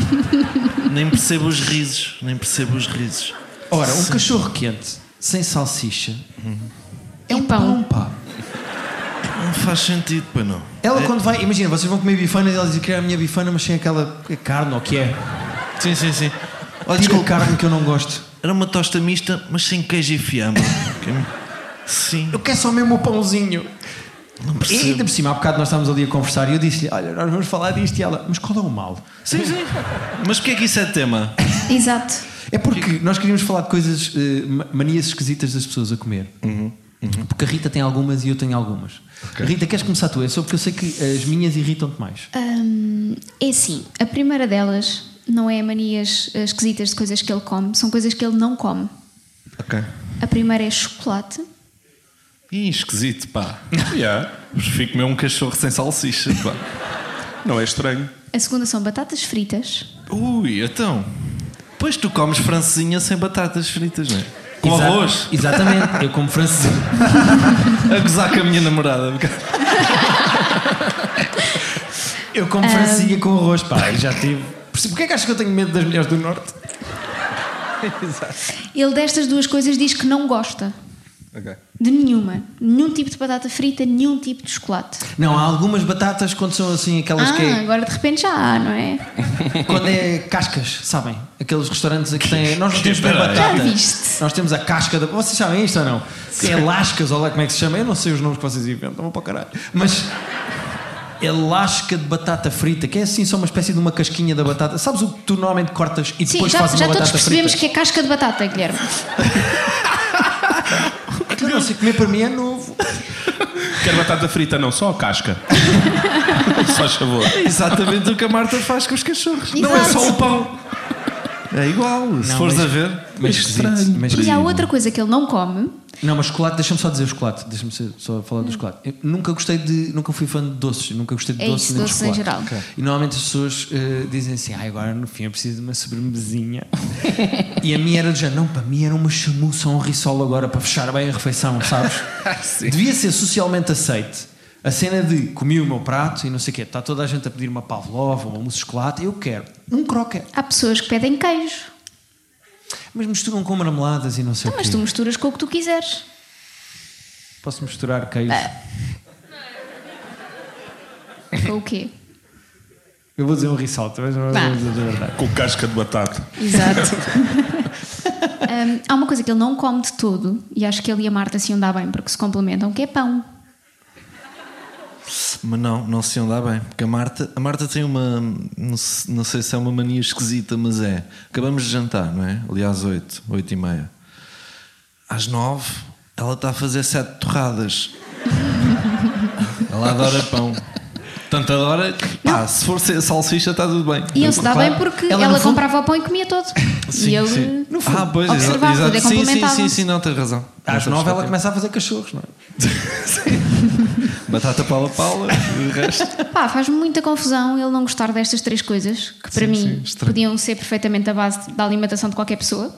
E: *laughs* nem percebo os risos, nem percebo os risos.
C: Ora, um cachorro quente sem salsicha é
B: E
C: um pão,
B: pão.
C: pá.
E: Não faz sentido, pois não.
C: Ela quando vai, imagina, vocês vão comer bifanas e ela diz que é a minha bifana, mas sem aquela carne ou que é.
E: Sim, sim, sim. Olha,
C: Tira a
E: desculpa,
C: carne que eu não gosto.
E: era uma tosta mista, mas sem queijo e *laughs* fiambre. é Sim,
C: Eu quero só mesmo o pãozinho. E
E: não
C: ainda
E: percebo.
C: por cima, há bocado nós estávamos ali a conversar e eu disse-lhe: Olha, nós vamos falar disto e ela, mas qual é o mal?
E: Sim, sim. Mas porquê é que isso é tema?
B: Exato.
C: É porque nós queríamos falar de coisas, eh, ma- manias esquisitas das pessoas a comer. Porque a Rita tem algumas e eu tenho algumas. Rita, queres começar tu? É só porque eu sei que as minhas irritam-te mais.
B: Hum, é assim, a primeira delas não é manias eh, esquisitas de coisas que ele come, são coisas que ele não come.
E: Ok.
B: A primeira é chocolate.
G: Ih, esquisito, pá. Fico comer um cachorro sem salsicha, pá.
F: Não é estranho.
B: A segunda são batatas fritas.
E: Ui, então. Pois tu comes francesinha sem batatas fritas, não é? Com
C: Exa-
E: arroz.
C: Exatamente, eu como francês.
E: *laughs* A gozar com a minha namorada. um porque-
C: Eu como francesinha com arroz, pá, eu já tive. Por- Porquê é que achas que eu tenho medo das mulheres do Norte?
B: Ele destas duas coisas diz que não gosta. De nenhuma. Nenhum tipo de batata frita, nenhum tipo de chocolate.
C: Não, há algumas batatas quando são assim, aquelas
B: ah,
C: que é, Ah,
B: agora de repente já há, não é?
C: quando é cascas, sabem? Aqueles restaurantes que têm. Nós não temos bem
E: Espera aí.
B: Já
C: batata.
B: viste.
C: Nós temos a casca da. Vocês sabem isto ou não? Que é lascas, olha lá como é que se chama. Eu não sei os nomes que vocês inventam, vão para o caralho. Mas. É lasca de batata frita, que é assim só uma espécie de uma casquinha da batata. Sabes o que tu normalmente cortas e
B: Sim,
C: depois
B: já,
C: fazes
B: já
C: uma
B: todos
C: batata
B: percebemos
C: frita?
B: que é casca de batata, Guilherme.
C: Aquilo não sei comer para mim é novo.
F: Quer batata frita, não, só a
E: *laughs*
F: casca. só favor.
E: Exatamente o que a Marta faz com os cachorros. Não é
B: Exato.
E: só o pão. É igual, se
C: Não,
E: fores
C: mas-
E: a ver.
C: Mas esquisito. Mas
B: E há
C: esquisito.
B: outra coisa que ele não come.
C: Não, mas chocolate, deixa-me só dizer o chocolate. Deixa-me ser- só falar do chocolate. Eu nunca gostei de. Nunca fui fã de doces. Nunca gostei de
B: Hum. É
C: doces
B: isso,
C: nem de
B: doces em
C: chocolate.
B: geral. Ok.
C: E normalmente as pessoas eh, dizem assim: ah, agora no fim eu preciso de uma
B: *laughs*
C: sobremesinha. e a minha era do género: não, para mim era uma chamuça ou um risol agora para fechar bem a refeição, sabes? Devia ser socialmente aceite. A cena de comi o meu prato e não sei o quê, está toda a gente a pedir uma pavlova ou um mousse de chocolate, eu quero um croquet.
B: Há pessoas que pedem queijo.
C: Mas misturam com marmeladas e não sei o
B: Então, mas
C: quê.
B: tu misturas com o que tu quiseres.
C: Posso misturar queijo?
B: Com
C: *laughs*
B: o quê?
C: Eu vou dizer um risol, talvez não
B: Vá.
C: vou dizer a verdade.
F: Com casca de batata.
B: Exato. *laughs* Hum, há uma coisa que ele não come de todo, e acho que ele e a Marta se iam dar bem porque se complementam, que é pão.
E: Mas não, não se andar bem. Porque a Marta, a Marta tem uma. Não se- não sei se é uma mania esquisita, mas é. Acabamos de jantar, não é? Ali às 8, 8 e meia. Às 9, ela está a fazer sete torradas. ela adora pão. Tanto adora que, pá, se for ser salsicha, está tudo bem.
B: Iam-se dar
C: Claro.
B: bem porque
C: Ela,
B: ela,
C: no fundo-
B: comprava o pão e comia *laughs* todo. e ele
E: Ah, pois, exa-
B: observava,
E: exato.
B: tudo é
E: Sim, sim,
B: complementável.
E: sim, sim, não, tens razão.
C: Às
E: Não,
C: nove ela
E: tens
C: começa a fazer cachorros, não é?
E: razão. *laughs* Batata Paula Paula e o resto.
B: Pá, faz muita confusão ele não gostar destas três coisas, que para mim podiam ser perfeitamente a base da alimentação de qualquer pessoa.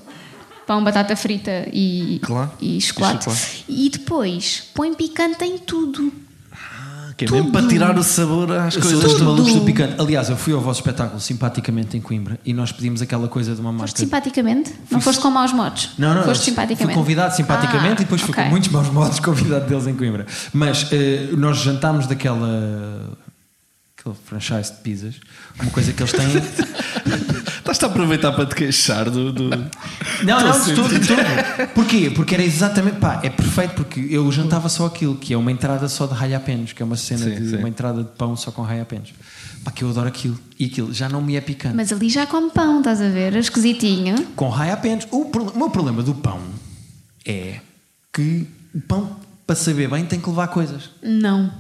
B: Pão, batata frita e,
E: Claro.
B: e chocolate.
E: E chocolate.
B: E depois põe picante em tudo.
E: Que é mesmo para tirar o sabor às
C: Eu sou
E: coisas
C: dos
E: todas.
C: malucos do picante. Aliás, eu fui ao vosso espetáculo simpaticamente em Coimbra e nós pedimos aquela coisa de uma marca.
B: Foste simpaticamente? Não foste com maus modos?
C: Não, não,
B: Foste
C: eu
B: simpaticamente.
C: Fui convidado simpaticamente
B: Ah,
C: e depois fui
B: ok.
C: com muitos maus modos convidado deles em Coimbra. Mas eh, nós jantámos daquela. aquele franchise de pizzas. Uma coisa que eles têm.
E: *laughs* Estás-te a aproveitar para te queixar do. do-
C: não, não, de tudo, de tudo. Porquê? Porque era exatamente. pá, é perfeito porque eu jantava só aquilo, que é uma entrada só de ralhapenos, que é uma cena
E: Sim,
C: de
E: sim.
C: uma entrada de pão só com ralhapenos. Pá, que eu adoro aquilo. E aquilo já não me é picante.
B: Mas ali já come pão, estás a ver? É Esquisitinho.
C: com raio apenas. O, pro- o meu problema do pão é que o pão, para saber bem, tem que levar coisas.
B: Não.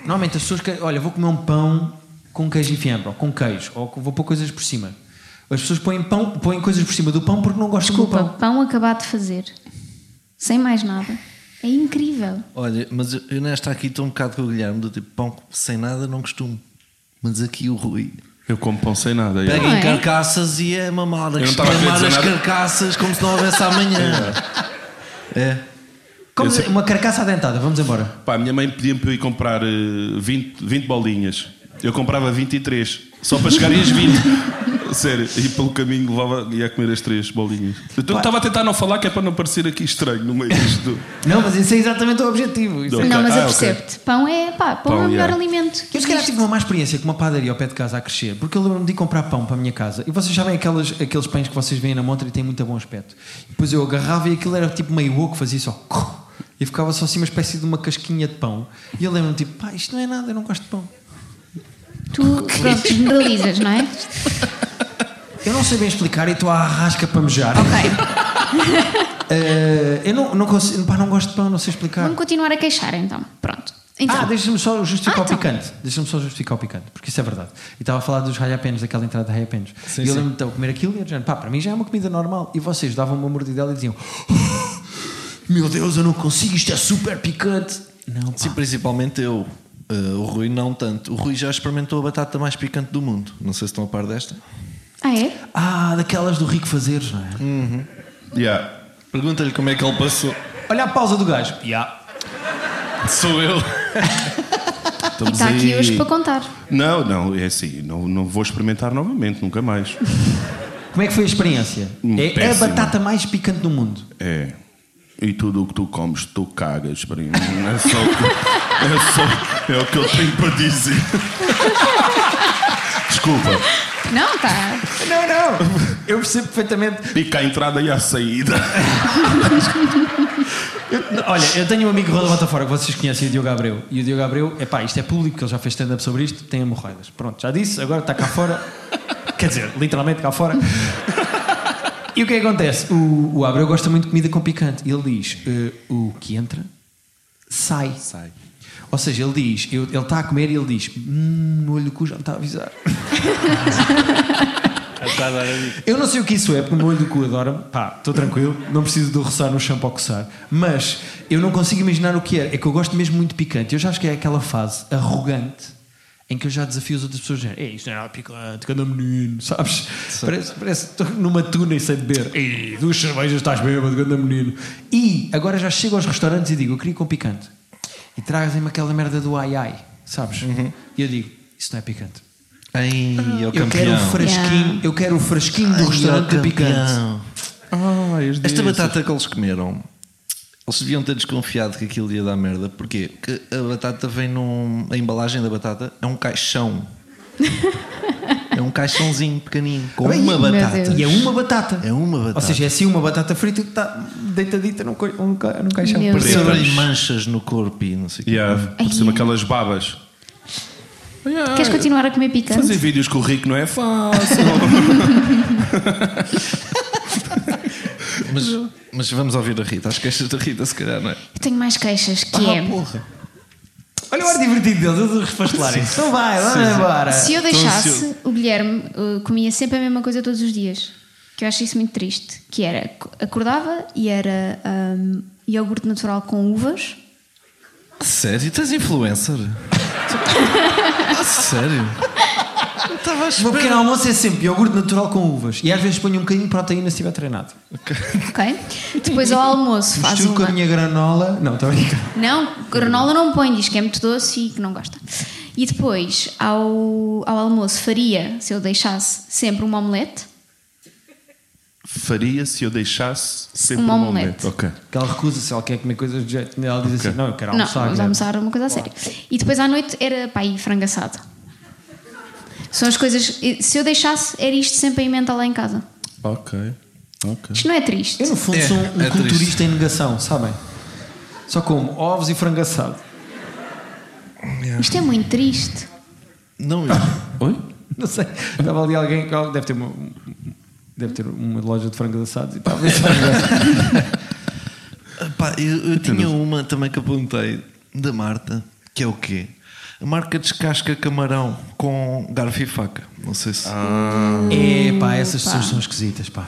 C: Normalmente as pessoas querem, olha, vou comer um pão com queijo e fiambre, ou com queijo, ou com- vou pôr coisas por cima. As pessoas põem, pão, põem coisas por cima do pão porque não gostam
B: Desculpa,
C: do pão.
B: pão acabado de fazer. sem mais nada. É incrível.
E: Olha, mas eu, eu nesta aqui estou um bocado com o Guilherme, do tipo pão sem nada não costumo. Mas aqui o Rui
F: Eu como pão sem nada.
E: pega
B: Não
E: em
B: é?
E: carcaças e é mamar,
G: não
E: as-
G: estava a querer
E: mamar
G: dizer
E: as
G: nada.
E: carcaças como se não houvesse *laughs* amanhã. é.
C: Como se- Uma carcaça adentada, vamos embora.
F: Pá, a minha mãe pedia-me para eu ir comprar eh, 20, 20 bolinhas. Eu comprava 23, só para chegarem às
E: *laughs*
F: 20. Sério, e pelo caminho levava, ia comer as três bolinhas. Então eu estava a tentar não falar, que é para não parecer aqui estranho no meio disto.
E: *laughs*
C: Não, mas isso é exatamente o objetivo. Isso é-
F: Ok.
B: Não, mas eu
F: Ah, ok.
B: percebo-te. Pão é, pá, pão,
F: Pão,
B: é o melhor
F: yeah.
B: alimento.
C: Eu se calhar tive uma má experiência com uma padaria ao pé de casa a crescer, porque eu lembro-me de ir comprar pão para a minha casa. E vocês sabem aquelas, aqueles pães que vocês veem na montra e têm muito bom aspecto. E depois eu agarrava e aquilo era tipo meio oco, fazia só. cu, E ficava só assim uma espécie de uma casquinha de pão. E eu lembro-me tipo, pá, isto não é nada, eu não gosto de pão. tipo,
B: Tu,
C: *laughs*
B: pronto, generalizas, não é?
C: Eu não sei bem explicar e estou à rasca para mejar.
B: Ok.
C: Eh, eu não, não, consigo, pá, não gosto de pão, não sei explicar.
B: Vamos continuar a queixar então. Pronto.
C: Ah,
B: Então,
C: deixa-me só justificar
B: Ah,
C: o
B: então.
C: picante. Deixa-me só justificar o picante, porque isso é verdade. E estava a falar dos raiapenos, daquela entrada de raiapenos. E eu lembro-me de eu comer aquilo e eu dizendo, pá, para mim já é uma comida normal. E vocês davam uma mordidela e diziam, meu Deus, eu não consigo, isto é super picante. Não, pá.
E: Sim, principalmente eu. Eh, o Rui não tanto. O Rui já experimentou a batata mais picante do mundo. Não sei se estão a par desta.
B: ah é?
C: Ah, daquelas do rico fazeres, não é?
F: Yeah.
E: Pergunta-lhe como é que ele passou.
C: Olha a pausa do gajo. Yeah.
G: Sou
E: *laughs*
G: eu.
B: E está Tá aqui hoje para contar.
F: Não, não, é assim, não, não vou experimentar novamente, nunca mais.
C: Como é que foi a experiência?
F: Hum,
C: é
F: péssimo.
C: a batata mais picante do mundo.
F: É. E tudo o que tu comes, tu cagas para mim. É só, o que- é só- é o que eu tenho para dizer. Desculpa.
B: Não, tá.
C: Não, não. Eu percebo perfeitamente.
F: Pica a entrada e a saída.
C: Olha, eu tenho um amigo Roda Bota Fora que vocês conhecem, o Diogo Abreu. E o Diogo Abreu, epá, isto é público, que ele já fez stand-up sobre isto, tem hemorroidas. Pronto, já disse, agora está cá fora. Quer dizer, literalmente cá fora. E o que é que acontece? O, o Abreu gosta muito de comida com picante. E Ele diz: eh, o que entra, sai. Sai. Ou seja, ele diz: eu- ele está a comer e ele diz: hum, o olho do cu já me está a avisar. Eu não sei o que isso é, porque o meu olho do cu adora-me. Pá, estou tranquilo, não preciso do roçar no chão para coçar. Mas eu não consigo imaginar o que é. É que eu gosto mesmo muito de picante. Eu já acho que é aquela fase arrogante em que eu já desafio as outras pessoas. Ei, isto não é nada picante, cada menino, *laughs* sabes? Parece parece que estou numa tuna e sei beber. Ei, duas cervejas estás bêbado, cada menino. E agora já chego aos restaurantes e digo, eu queria com picante. E trazem-me aquela merda do ai ai, sabes? E eu digo, isso não é picante.
E: Ai, é o
C: Eu quero,
E: campeão.
C: o fresquinho,
B: Yeah.
C: eu quero o fresquinho
E: Ai,
C: do
E: é o
C: restaurante de picante.
E: campeão. Esta batata que eles comeram, eles deviam ter desconfiado que aquilo ia dar merda. Porquê? Porque a batata vem num. A embalagem da batata é um *laughs* caixão. é um caixãozinho pequenino. Com
C: Ai,
E: uma
B: meu
E: batata.
B: Deus.
C: E é uma batata.
E: É uma
C: Ou
E: batata.
C: seja, é assim uma batata frita que está deitadita num, coi- num ca- num caixão.
B: Meu Deus.
E: Percebam-lhe manchas no corpo e não sei o quê.
F: Yeah, por cima aquelas babas. Yeah.
B: Queres continuar a comer picante?
F: Fazer vídeos com o Rico não
E: *laughs*
F: é fácil.
E: Mas, mas vamos ouvir a Rita. As queixas da Rita, se calhar, não é?
B: Eu tenho mais queixas, que
C: Ah,
B: é.
C: Olha o ar divertido deles, eles a refastelarem. Então vai, vamos embora.
B: Se
F: Ah,
B: eu deixasse, o Guilherme uh, comia sempre a mesma coisa todos os dias. Que eu acho isso muito triste. Que era, ac- acordava e era ahm, iogurte natural com uvas.
E: Sério? Tens influencer? Sério? Eu Estava a
C: O meu pequeno
E: esperar.
C: almoço é sempre iogurte natural com uvas. E às vezes ponho um bocadinho de proteína se estiver treinado.
B: Ok? Depois ao almoço faz
C: Misturo com
B: uma.
C: a minha granola. Não, estou a brincar.
B: Não, granola não põe, diz que é muito doce e que não gosta. E depois, ao, ao almoço, faria, se eu deixasse, sempre uma omelete.
F: Faria se eu deixasse sempre
B: Uma
F: um
B: omelete.
F: momento. Ok.
C: Porque ela recusa-se, ela quer comer coisas de jeito. Ela diz assim:
F: Ok.
C: não, eu quero
B: não,
C: almoçar.
B: vamos
C: Guilherme."
B: almoçar uma coisa a sério. E depois à noite era pá, e frango assado. São as coisas. e Se eu deixasse, era isto sempre em mente lá em casa.
F: Ok. Ok.
B: Isto não é triste.
C: Eu, no fundo,
E: É,
C: sou um
E: é triste.
C: culturista em negação, sabem? Só como ovos e frango assado.
B: Isto é muito triste.
E: Não, eu-
C: *laughs* Não sei. Estava ali alguém que deve ter uma, deve ter uma loja de frangos assados e estava a *laughs* pensar.
E: Pá, eu, eu tinha uma também que apontei da Marta, que é o quê? A marca descasca camarão com garfo e faca. Não sei se.
C: é, pá, essas pessoas são esquisitas, pá.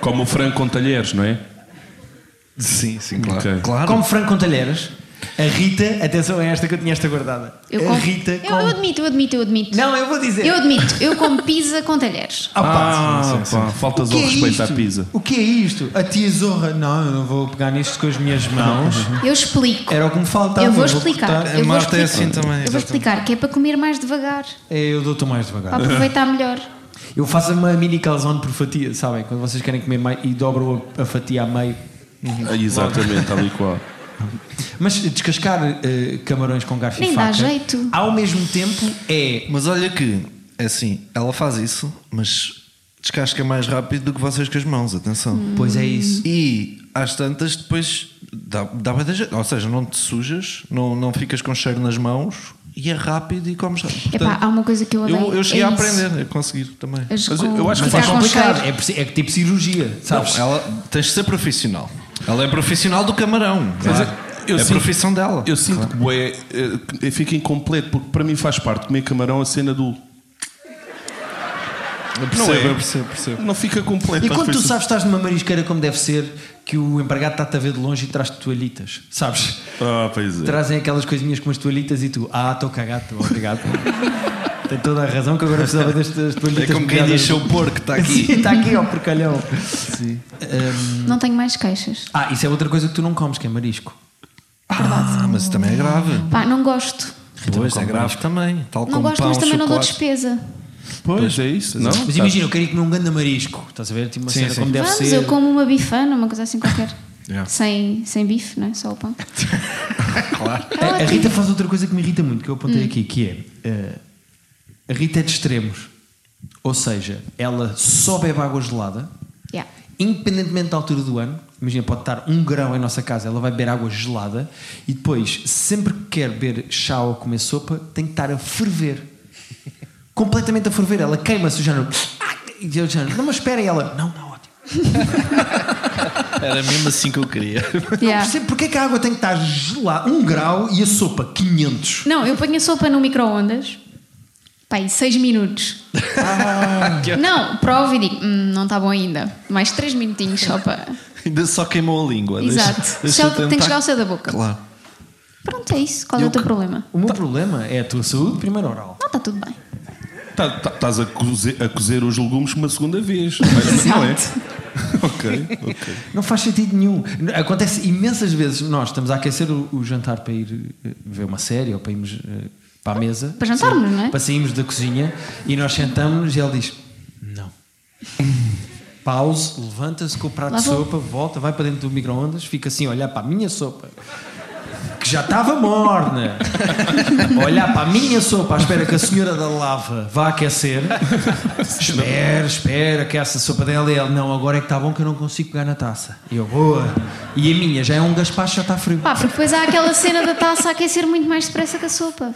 F: Como o frango com talheres, não é?
E: Sim, sim, claro.
F: Ok.
E: Claro.
C: Como frango com talheres. A Rita, atenção a esta que eu tinha esta guardada.
B: Eu,
C: a
B: como-
C: É Rita
B: eu,
C: come-
B: eu admito, eu admito, eu admito.
C: Não, eu vou dizer.
B: Eu admito, eu como pizza com talheres.
C: Ah, pá. é
F: Ah, pá, faltas ao respeito à
C: isto?
F: pizza.
C: O que é isto? A tia Zorra. Não, eu não vou pegar nisto com as minhas *laughs* mãos.
B: Eu explico.
C: Era o que me faltava.
B: eu vou explicar.
C: cortar.
E: A
B: eu vou
E: Marta é
B: explicar.
C: então.
E: assim também,
B: Eu vou
E: exatamente.
B: explicar que é para comer mais devagar,
C: É, Eu dou-te mais devagar.
B: para aproveitar melhor.
C: Eu faço uma mini calzone por fatia, sabem? Quando vocês querem comer mais e dobram a, a fatia a meio. Uhum.
F: Ah, Exatamente, tal e qual.
C: Mas descascar eh, camarões com garfo e
B: Nem
C: faca
B: dá jeito.
C: ao mesmo tempo é.
E: Mas olha que, é assim, ela faz isso, mas descasca mais rápido do que vocês com as mãos, atenção.
C: Pois é isso.
E: E às tantas depois dá, dá bué de jeito. Ou seja, não te sujas, não, não ficas com cheiro nas mãos e é rápido e comes rápido.
B: Epá, há uma coisa que eu odeio.
E: eu, eu cheguei
B: é
E: a
B: isso.
E: aprender, a conseguir também.
B: As-
F: Mas eu-
B: com-
F: eu acho que
B: ficar
C: Mas é
B: com
C: complicado.
B: cheiro.
C: É, preci- é que tipo cirurgia, sabes?
E: Não, é ela tens de ser profissional. Ela é profissional do camarão.
F: eu
E: é a
F: sinto-
E: profissão dela.
F: Eu sinto que bué, eh, que fica incompleto, porque para mim faz parte comer camarão a cena do.
E: Eu
F: Não é?
E: eu percebo, percebo.
F: Não fica completo.
E: então
C: E quando tu
F: Refeição.
C: sabes que estás numa marisqueira como deve ser, que o empregado está-te a ver de longe e traz-te toalhitas, sabes?
F: Ah, pois é.
C: Trazem aquelas coisinhas com as toalhitas e tu, ah, estou cagado,
B: *laughs*
C: obrigado. Tem toda a razão que agora precisava destas toalhitas.
E: É como quem
C: molhadas.
E: diz o porco, está aqui.
C: Sim, *laughs* está aqui, ó, porcalhão. Um,
B: Não tenho mais queixas.
C: ah, isso é outra coisa que tu não comes, que é marisco.
E: Ah, mas também é grave.
B: Pá, não gosto.
E: Pois, é grave também. Tal
B: Não
E: como
B: gosto,
E: pão,
B: mas também não dou
E: chocolate.
B: despesa.
F: Pois é isso. Não?
E: Tá.
C: Mas imagina, eu queria comer um grande marisco, estás a ver? Tipo uma cena como deve
B: Vamos,
C: ser.
B: eu como uma bifana, uma coisa assim qualquer.
E: Yeah.
B: Sem, sem bife, não é? Só o pão. É
C: A, a É, Rita faz outra coisa que me irrita muito, que eu apontei aqui, que é eh, a Rita é de extremos. Ou seja, ela só bebe água gelada,
B: Yeah.
C: independentemente da altura do ano. Imagina, pode estar um grão em nossa casa, ela vai beber água gelada e depois, sempre que quer beber chá ou comer sopa, tem que estar a ferver. Completamente a ferver. Ela queima-se o género. "Ah", E eu género, não, mas espera, e ela, não, não, ótimo.
E: Era mesmo assim que eu queria.
B: Yeah.
C: Percebe porque é que a água tem que estar gelada, um grau e a sopa 500?
B: Não, eu ponho a sopa no micro-ondas. Pá, aí 6 minutos. Não, provo e digo, "Hum, não está bom ainda. Mais 3 minutinhos só para.
E: *laughs* Ainda só queimou a língua.
B: Exato. Só tem que chegar ao céu da boca.
E: Claro.
B: Pronto, é isso. Qual é o teu problema?
C: O meu problema é a tua saúde, primeiro oral.
B: Não, está tudo bem.
F: Tá- tá- Estás a, cozer, a cozer os legumes uma segunda vez. Mas não é? *laughs* ok, ok.
C: Não faz sentido nenhum. Acontece imensas vezes. Nós estamos a aquecer o, o jantar para ir eh, ver uma série ou para irmos eh, para a mesa.
B: Para jantarmos, não é?
C: Para sairmos da cozinha e nós sentamos e ele diz: Não. Pause, levanta-se com o prato
B: Lá
C: de
B: vou.
C: sopa, volta, vai para dentro do micro-ondas, fica assim a olhar para a minha sopa. Que já estava morna. A *laughs* olhar para a minha sopa à espera que a senhora da lava vá aquecer. espera, espera, que essa sopa dela e ele, não, agora é que está bom que eu não consigo pegar na taça. E eu, boa. E a minha já é um gaspacho, já está frio.
B: Pá, porque depois há aquela cena da taça a aquecer muito mais depressa que a sopa.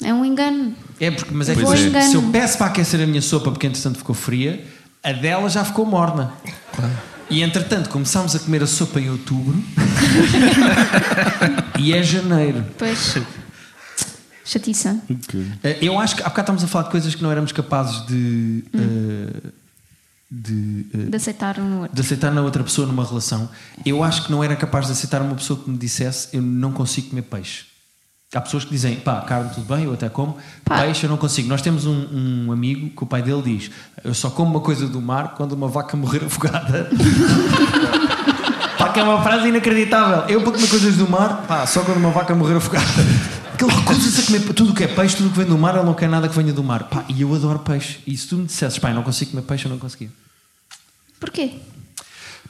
B: É um engano.
C: É porque, mas é que
B: Pois
C: se-
B: é.
C: se eu peço para aquecer a minha sopa porque entretanto ficou fria, a dela já ficou morna. E entretanto começámos a comer a sopa em
B: *laughs*
C: outubro e é janeiro.
B: Pois. Chatiça.
C: Eh, Eu acho que há bocado estamos a falar de coisas que não éramos capazes de, eh, de, eh,
B: De aceitar um outro.
C: de aceitar na outra pessoa numa relação. Eu acho que não era capaz de aceitar uma pessoa que me dissesse eu não consigo comer peixe. Há pessoas que dizem, pá, carne tudo bem, eu até como,
B: Pá.
C: peixe eu não consigo. Nós temos um, um amigo que o pai dele diz, eu só como uma coisa do mar quando uma vaca morrer afogada. pá, que é uma frase inacreditável. Eu para comer coisas do mar, pá, só quando uma vaca morrer afogada. Porque ele recusa-se a comer tudo o que é peixe, tudo o que vem do mar, ele não quer nada que venha do mar. Pá, e eu adoro peixe. E se tu me dissesses, pá, eu não consigo comer peixe, eu não conseguia.
B: Porquê?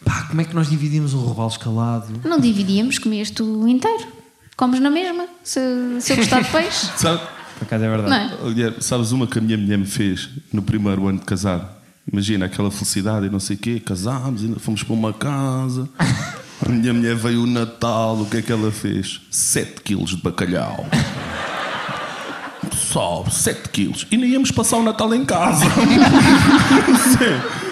C: Pá, como é que nós dividimos um robalo escalado?
B: Não dividíamos, comias tu inteiro. Comes na mesma, se, se eu gostar de peixe.
F: Sabe,
C: Por acaso é
B: não
C: *laughs* verdade.
B: é?
F: Guilherme, sabes uma que a minha mulher me fez no primeiro ano de casado? Imagina aquela felicidade e não sei o quê, casámos, ainda fomos para uma casa. A minha mulher veio o Natal, o que é que ela fez? 7 quilos de bacalhau. Pessoal, 7 quilos. E nem íamos passar o Natal em casa. *laughs* Sim.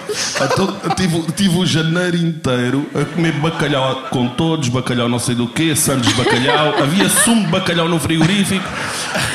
F: Então, eu tive, tive o janeiro inteiro a comer bacalhau com todos, bacalhau não sei do quê, sandes de bacalhau, havia sumo de bacalhau no frigorífico.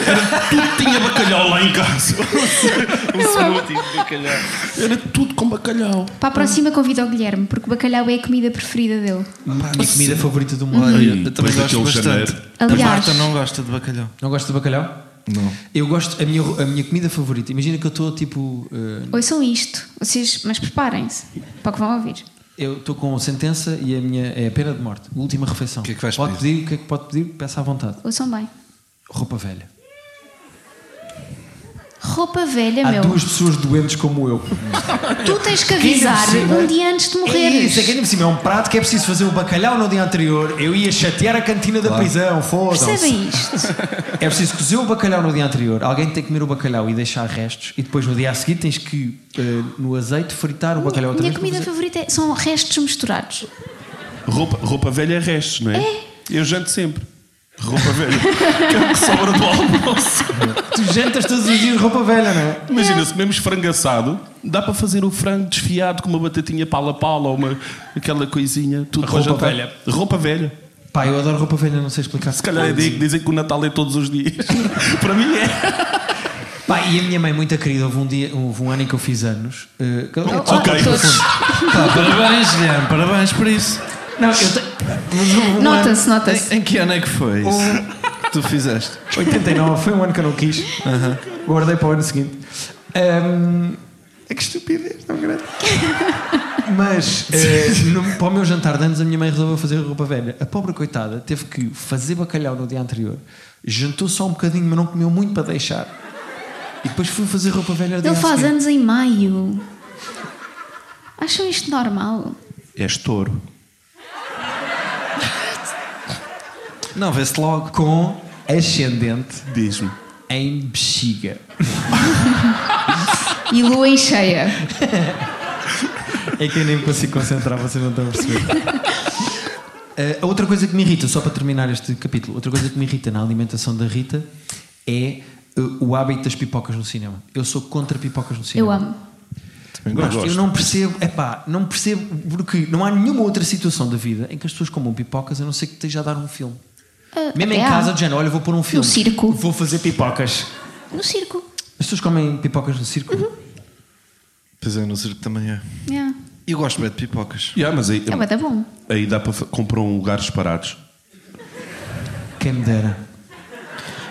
F: Era tudo tinha bacalhau lá em *laughs* casa. Um sorvete de bacalhau. Era tudo com bacalhau.
B: Para a próxima convido o Guilherme, porque o bacalhau é a comida preferida dele.
C: Pá, minha comida favorita do mundo.
E: Olha,
F: Hum.
E: eu também
F: Depois
E: gosto
F: daquele
E: bastante.
F: janeiro.
B: Aliás-
E: A Marta não gosta de bacalhau.
C: Não gosto de bacalhau?
E: Não.
C: Eu gosto, a minha, a minha comida favorita. Imagina que eu estou tipo. eh,
B: Ouçam isto, vocês, mas preparem-se para o que vão ouvir.
C: eu estou com sentença e a minha é a pena de morte. Última refeição. O
E: que é que vais
C: pode
E: pedir?
C: pedir? O que é que pode pedir? Peça à vontade.
B: Ouçam bem.
C: Roupa velha.
B: Roupa velha,
C: Há
B: É meu.
C: duas pessoas doentes como
B: *laughs*
C: eu.
B: Tu tens
C: Que
B: que
C: ainda por
B: avisar
C: cima-
B: um dia antes de
C: É
B: morreres.
C: isso, é que ainda por cima é um prato que é preciso fazer o bacalhau no dia anterior. Eu ia chatear a cantina da prisão, fodam-se.
B: Percebem isto?
C: É preciso cozer o bacalhau no dia anterior. Alguém tem que comer o bacalhau e deixar restos. E depois no dia a seguir tens que, eh, no azeite, fritar o bacalhau outra
B: Minha
C: vez. para
B: comida
C: fazer-
B: favorita é- são restos misturados.
F: Roupa, roupa velha é restos, não é? Eu janto sempre. Roupa velha. que é o que sobra do almoço.
C: Tu jantas todos os dias roupa velha, não é?
F: Imagina, se comemos frango assado, dá para fazer o frango desfiado com uma batatinha pala-pala ou uma, aquela coisinha. Tudo para
C: Roupa
F: jantar.
C: velha.
F: Roupa velha.
C: Pá, eu adoro roupa velha, não sei explicar.
F: Se calhar é daí que dizem que o Natal é todos os dias. *laughs* para mim é.
C: Pá, e a minha mãe, muito querida, houve um, dia, houve um ano em que eu fiz anos. eh,
B: Oh,
C: que-
F: Ok.
B: todos.
E: Pá, parabéns, Guilherme, parabéns por isso.
B: oh.
C: Não, eu tenho. mas houve um ano-
B: Nota-se, Então, nota-se.
E: Em, em que ano é que foi isso? que tu fizeste?
C: 89, foi um ano que eu não quis. Guardei para o ano seguinte. Ahm, é que estupidez tão grande. Mas eh, no- para o meu jantar de anos, a minha mãe resolveu fazer roupa velha. A pobre coitada teve que fazer bacalhau no dia anterior, jantou só um bocadinho, mas não comeu muito para deixar. E depois foi fazer roupa velha. no dia
B: Ele
C: a
B: faz
C: seguir.
B: anos em maio. Acham isto normal?
E: É
F: És touro.
E: Não, vê-se logo.
C: com ascendente
F: Diz-me.
C: em bexiga.
B: E lua em cheia.
C: É que eu nem me consigo concentrar, vocês não estão a perceber. Eh, a outra coisa que me irrita, só para terminar este capítulo, outra coisa que me irrita na alimentação da Rita é eh, o hábito das pipocas no cinema. Eu sou contra pipocas no cinema.
B: Eu amo.
F: Também
C: Mas
F: gosto.
C: eu não percebo, epá, não percebo porque não há nenhuma outra situação da vida em que as pessoas comam pipocas a não ser que esteja a dar um filme.
B: Ah,
C: Mesmo em
B: até há.
C: casa, de género, olha, vou pôr um filme.
B: circo.
C: Vou fazer pipocas.
B: No circo.
C: As pessoas comem pipocas no circo?
B: Uhum.
E: Pois é, no circo também é.
B: Yeah.
E: Eu gosto bem de pipocas.
F: Yeah, mas aí,
B: É bué da bom.
F: aí dá para fa- comprar um lugares parados.
C: Quem me dera.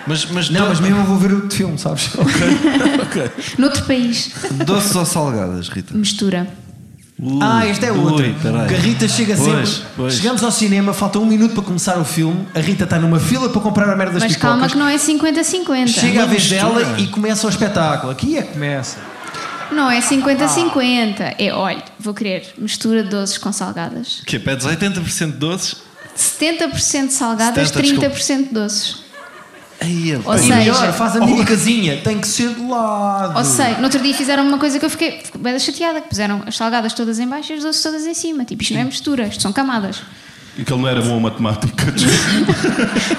E: Mas, mas
C: Não, mas mesmo eu vou ver o filme,
B: *laughs*
C: sabes?
B: Noutro país.
E: Doces ou salgadas, Rita?
B: Mistura.
C: Ah, este é outro.
E: Ui, peraí.
C: que a Rita chega
E: Pois,
C: sempre.
E: pois.
C: Chegamos ao cinema, falta um minuto para começar o filme. A Rita está numa fila para comprar a merda das
B: Mas
C: pipocas.
B: calma que não é 50-50.
C: Chega à vez
E: mistura.
C: dela e começa o espetáculo. Aqui é que começa.
B: Não é
C: Ah.
B: 50-50. É, olha, vou querer mistura de doces com salgadas.
E: Que é, pedes 80% de doces?
B: 70% salgadas,
E: 70,
B: 30% doces.
E: Aí,
B: Ou
C: E
B: seja,
C: é melhor, faz a mini casinha. Tem que ser de lado.
B: ou sei, no outro dia fizeram uma coisa que eu fiquei fiquei bem chateada, que puseram as salgadas todas em baixo e os doces todas em cima. Tipo, isto não é mistura, isto são camadas.
F: E que ele não era bom a matemática.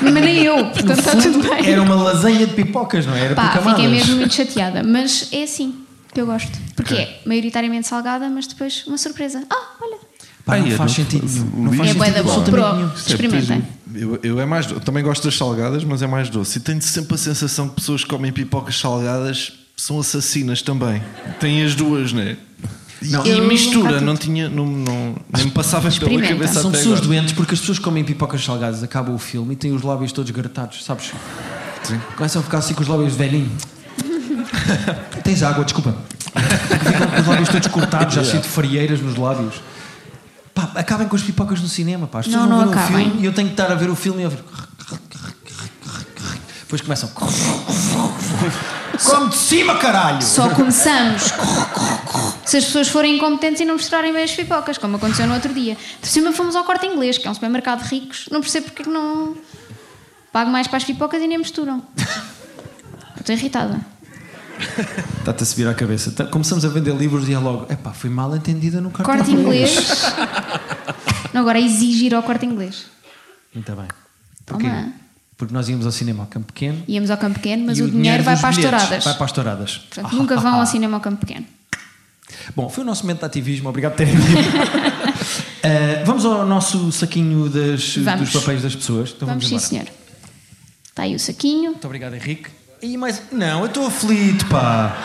B: Mas nem eu, portanto está tudo bem.
C: Era uma lasanha de pipocas, não é? Era
B: Pá,
C: por camadas.
B: fiquei mesmo muito chateada, mas é assim que eu gosto. Porque é maioritariamente salgada, mas depois uma surpresa. Ah, olha,
C: Pá, não
F: Ai, eu
C: faz
F: não-
C: sentido nenhum. Não faz
B: é bué da
C: sentido
B: bom.
C: absolutamente
B: Pro,
C: nenhum.
B: experimentem.
E: Eu, eu é mais, do- eu também gosto das salgadas, mas é mais doce. E tenho sempre a sensação que pessoas que comem pipocas salgadas são assassinas também. Têm as duas, né? E,
C: Não.
E: e
B: Eu
E: mistura,
B: nunca
E: não tinha, não, não, nem me passava pela
B: Experimenta.
E: cabeça
C: São
E: até
C: pessoas
E: agora.
C: doentes porque as pessoas que comem pipocas salgadas, acabam o filme e têm os lábios todos gratados, sabes? Começam a ficar assim com os lábios de velhinho. *laughs* Tens água, desculpa. Ficam com os lábios todos cortados, *laughs* já cheio de frieiras nos lábios. Pá, acabem com as pipocas no cinema, pá. As pessoas
B: Não,
C: não,
B: não
C: viram o
B: acabem.
C: filme e eu tenho que estar a ver o filme e a ver. Depois começam. Come de cima, caralho!
B: Só começamos. Se as pessoas forem incompetentes e não mostrarem bem as pipocas, como aconteceu no outro dia. De cima fomos ao corte inglês, que é um supermercado de ricos. Não percebo porque é que não pago mais para as pipocas e nem misturam. Estou irritada.
C: Está-te a subir à cabeça. Tá- Começamos a vender livros e é logo. Epá, fui mal entendida no cartão.
B: Corte inglês. Não, agora é exigir ao corte inglês.
C: Muito bem. Porquê?
B: Toma.
C: Porque nós íamos ao cinema ao Campo Pequeno.
B: Íamos ao campo pequeno, mas
C: e
B: o, dinheiro vai
C: dos
B: para as
C: bilhetes
B: touradas.
C: Vai para Ah. as touradas.
B: Portanto, nunca vão ao cinema ao campo pequeno.
C: Bom, foi o nosso momento de ativismo. Obrigado por terem
B: *laughs*
C: vindo. Ah, vamos ao nosso saquinho das- dos
B: Vamos.
C: papéis das pessoas. Então
B: Vamos,
C: vamos,
B: sim,
C: embora.
B: senhor. Está aí o saquinho.
C: Muito obrigado, Henrique. E mais. Não, eu estou aflito,
B: *laughs*
C: pá.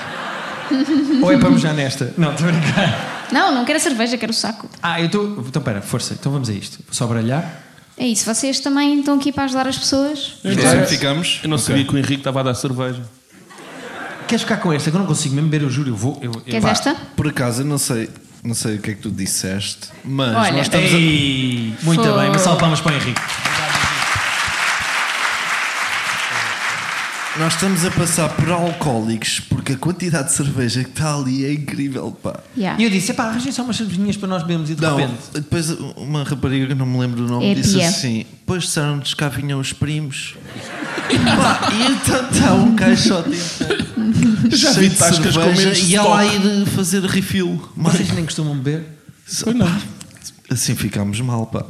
C: Ou é para já nesta? Não, estou a brincar.
B: Não, não quero a cerveja, quero o saco.
C: Ah, eu estou. Então, pera, força. Então vamos a isto. Vou só baralhar.
B: É isso, vocês também estão aqui para ajudar as pessoas?
G: Então,
C: Agora-
G: ficamos.
F: Eu não sabia que o Henrique estava a dar cerveja.
C: Queres ficar com esta? Que eu não consigo mesmo beber, eu juro. Eu vou. Eu, eu...
B: Queres esta?
E: Por acaso, eu não sei, não sei o que é que tu disseste, mas
B: Olha.
E: nós estamos a-
C: Ei, muito
B: Foi.
C: bem, uma salva de palmas para o Henrique.
E: Nós estamos a passar por alcoólicos porque a quantidade de cerveja que está ali é incrível, pá.
B: Yeah.
C: E eu disse: pá, arranjem só umas cervejinhas para nós bebermos e de
E: Não,
C: repente.
E: depois uma rapariga que eu não me lembro do nome
B: É a
E: disse
B: Pia.
E: assim: Pois disseram-nos que cá vinham os primos. Pá, e então está um caixote inteiro
G: Já
E: cheio
G: vi
E: de
G: tascas com
E: cerveja
G: menos
E: e ela a
G: estoque.
E: ir fazer refill. Mas
C: Vocês nem costumam beber?
G: Pois não.
E: assim ficámos mal, pá.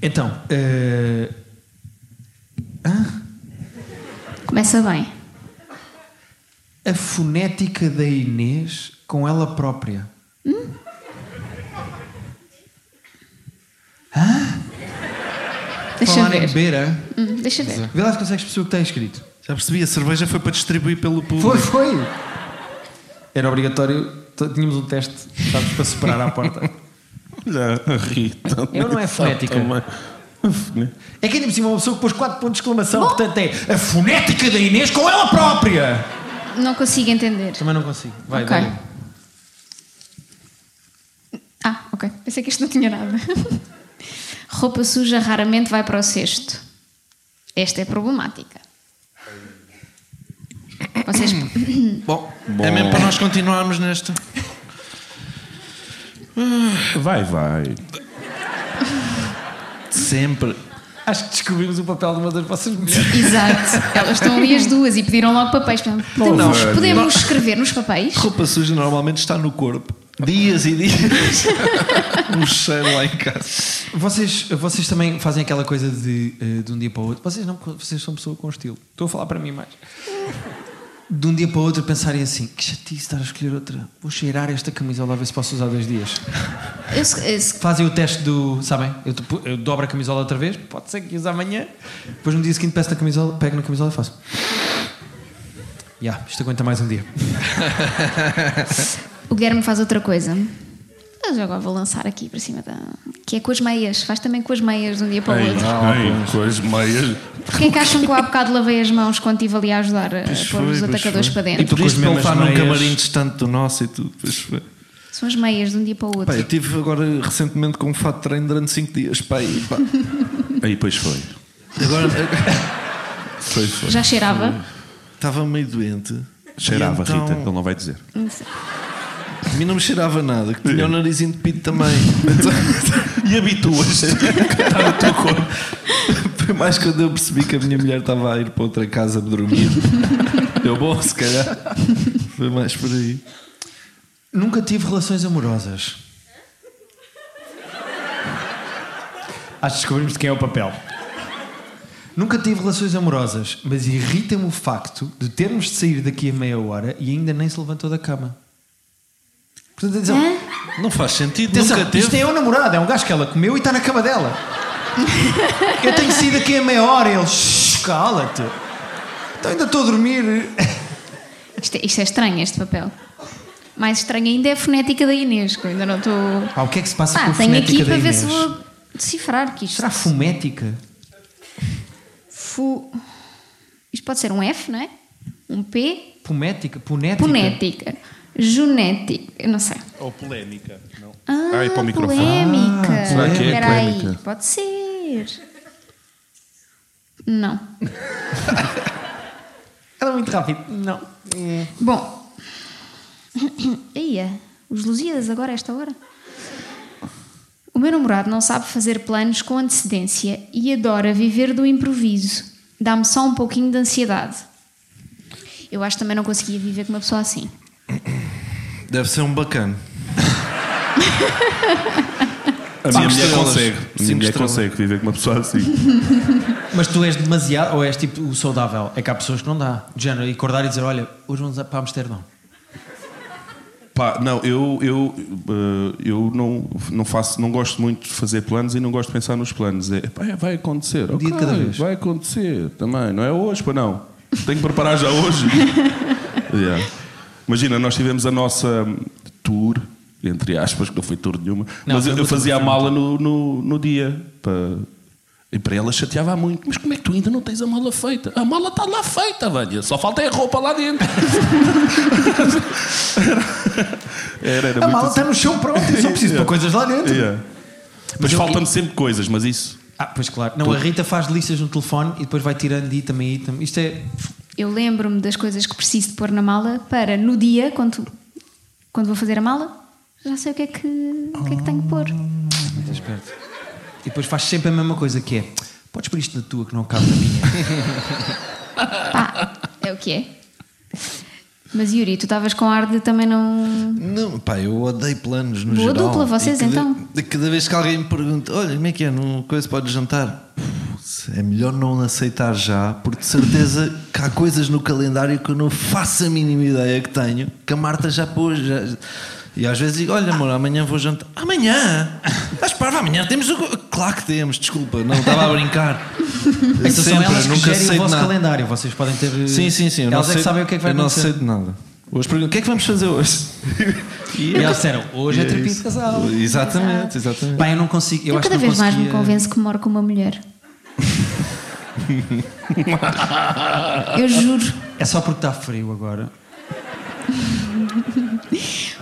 C: Então, eh,
B: Começa bem.
C: a fonética da Inês com ela própria.
B: Deixa
C: Falar em
B: ver.
C: beber, hã?
B: Hum, deixa ver.
C: Vê lá se consegues perceber o que está escrito.
E: Já percebi, a cerveja foi para distribuir pelo público.
C: Foi, foi. Era obrigatório. t- Tínhamos um teste, sabes, para superar à porta.
F: Olha, a Rita.
C: Eu não é fonética.
F: Também.
C: É que ainda por cima uma pessoa que pôs 4 pontos de exclamação, portanto é a fonética da Inês com ela própria.
B: Não consigo entender.
C: Também não consigo. Vai,
B: Ok.
C: dá-lhe.
B: Ah, ok. Pensei que isto não tinha nada. *laughs* Roupa suja raramente vai para o cesto. Esta é problemática. Vocês.
C: Hum.
E: Bom, é mesmo para nós continuarmos nesta.
F: Vai, vai.
E: Sempre.
C: Acho que descobrimos o papel de uma das vossas mulheres.
B: *laughs* Exato. Elas estão ali as duas e pediram logo papéis. Portanto, Podemos,
F: Não,
B: podemos escrever nos papéis?
E: Roupa suja normalmente está no corpo. Dias
C: *laughs*
E: e dias. um cheiro lá em casa.
C: Vocês, vocês também fazem aquela coisa de, eh, de um dia para o outro. Vocês não, vocês são pessoa com estilo. Estou a falar para mim mais. De um dia para o outro pensarem assim, que chatice estar a escolher outra. Vou cheirar esta camisola a ver se posso usar dois dias.
B: Eu se- eh, se-
C: Fazem o teste do, sabem? Eu, te- eu dobro a camisola outra vez, pode ser que use amanhã. Depois no dia seguinte peço na camisola, pego na camisola e faço. Ya, isto aguenta mais um dia.
B: o Guilherme faz outra coisa. Mas agora vou lançar aqui para cima da. Que é com as meias. Faz também com as meias de um
E: Então,
B: dia para o
F: Ei,
B: outro.
F: ei, com as meias.
B: Quem que acham que eu há bocado lavei as mãos quando estive ali a ajudar a
E: Pois
B: pôr os
E: foi, pois
B: atacadores
E: foi.
B: para
E: E
B: dentro?
E: por
C: com as
E: isso para ele
C: mesmas
E: estar num
C: meias.
E: camarim distante do nosso e tudo. Pois foi.
B: São as meias de um dia para o
E: Pá, eu
B: outro.
E: estive agora recentemente com um fato de treino durante 5 dias. Pá, e pá.
F: Aí, pois foi.
E: Agora
F: Foi, foi.
B: Já cheirava?
E: estava meio doente. E
F: Cheirava,
E: então,
F: Rita. Ele não vai dizer.
B: Não sei.
E: A mim não me cheirava nada, que tinha o nariz entupido também. *laughs* Então,
F: E habituas-te.
E: Foi mais quando eu percebi que a minha mulher estava a ir para outra casa dormir. Eu bom, se calhar. Foi mais por aí.
C: Nunca tive relações amorosas. Acho que descobrimos de quem é o papel. Nunca tive relações amorosas, mas irrita-me o facto de termos de sair daqui a meia hora e ainda nem se levantou da cama. Portanto, atenção,
E: Não faz sentido,
C: atenção
E: nunca teve.
C: isto é o namorado, é um gajo que ela comeu e está na cama
B: *laughs*
C: dela. Eu tenho saído daqui a meia hora e ele, "Shh, cala-te. Então ainda estou a dormir.
B: Isto, é- isto é estranho, este papel. Mais estranho ainda é a fonética da Inês, que eu ainda não estou.
C: Ah, o que é que se passa
B: Ah,
C: com a
B: tenho
C: fonética
B: aqui para
C: da
B: ver
C: Inês?
B: se vou decifrar que isto.
C: Será fomética?
B: Fu- Isto pode ser um F, não é? Um P?
C: Pomética? Ponética?
B: Ponética. Junética. Eu não sei.
G: Ou polémica. Não.
B: Ah,
F: Ah, é para o microfone.
B: polémica.
F: será que é
B: Espera aí.
F: polémica?
B: Pode ser. Não.
C: Ela é muito rápido. Não.
B: Bom. Eia, os Lusíadas agora, a esta hora? O meu namorado não sabe fazer planos com antecedência e adora viver do improviso. Dá-me só um pouquinho de ansiedade. Eu acho que também não conseguia viver com uma pessoa assim.
C: é-
E: Deve ser um bacana.
F: A minha mulher
E: estrelas.
F: consegue. A minha
E: Cinco
F: mulher
E: estrelas.
F: consegue viver com uma pessoa assim.
C: Mas tu és demasiado, ou és tipo o saudável? É que há pessoas que não dá. De género, e acordar e dizer: Olha, hoje vamos a- para Amsterdão.
F: Pá, não, eu, eu, eh, eu não, não faço, não gosto muito de fazer planos e não gosto de pensar nos planos. É, pá, é, vai acontecer,
E: dia de
F: Ok,
E: cada vez.
F: vai acontecer também. Não é hoje, pá, não. Tenho que preparar já hoje. Yeah. Imagina, nós tivemos a nossa hum, tour, entre aspas, que não foi tour nenhuma,
C: Não,
F: mas
C: foi
F: eu,
C: uma
F: eu
C: tour,
F: fazia a
C: foi
F: mala no, no, no dia. pá. E para ela chateava muito. Mas como é que tu ainda não tens a mala feita? A mala está lá feita, velha. Só falta é a roupa lá dentro. era, era
E: É
C: A
F: muito
C: mala
E: assim.
C: está tá no chão pronto, Oh, eu só
E: *laughs*
C: preciso pôr coisas lá dentro.
F: Yeah. Mas
C: eu-
F: faltam-me sempre coisas, mas isso.
C: Ah, pois claro. Não, a Rita faz listas no telefone e depois vai tirando item a item. Isto é.
B: Eu lembro-me das coisas que preciso de pôr na mala para no dia, quando, quando vou fazer a mala, já sei o que é que, o que, é que tenho que pôr.
C: Estás perto. E depois faz sempre a mesma coisa que é. Podes pôr isto na tua que não cabe na minha. Ah.
B: Pá, é o que é. Mas Yuri, tu estavas com ar de também não.
E: Não, pá, eu odeio planos no
B: Boa
E: geral.
B: dupla, vocês,
E: E cada,
B: então.
E: de Cada vez que alguém me pergunta, olha, como é que é, não coisa pode jantar? Putz, É melhor não aceitar já, porque de
B: *laughs*
E: certeza que há coisas no calendário que eu não faço a mínima ideia que tenho, que a Marta já pôs. já- E às vezes digo, olha, amor, amanhã vou jantar. Amanhã? Estás parva, amanhã temos o. co-" Claro que temos, desculpa, não estava a brincar. É
C: Então são
E: sempre,
C: elas que
E: nunca
C: gerem
E: sei
C: o
E: de
C: vosso
E: nada.
C: calendário. Vocês podem ter.
E: Sim, sim, sim. eu não
C: Elas é que
E: sei-
C: sabem o que é que vai
E: Eu não
C: acontecer.
E: sei de nada. Hoje pergunto, o que é que vamos
C: *laughs*
E: fazer hoje?
C: E elas disseram, hoje é terapia de casal.
E: Exatamente, exatamente.
C: Pá, eu não consigo. Eu,
B: Eu,
C: acho
B: cada
C: que não
B: vez mais me
C: conseguia-
B: convenço que moro com
C: *laughs*
B: uma mulher. Eu juro.
C: É só porque está frio agora.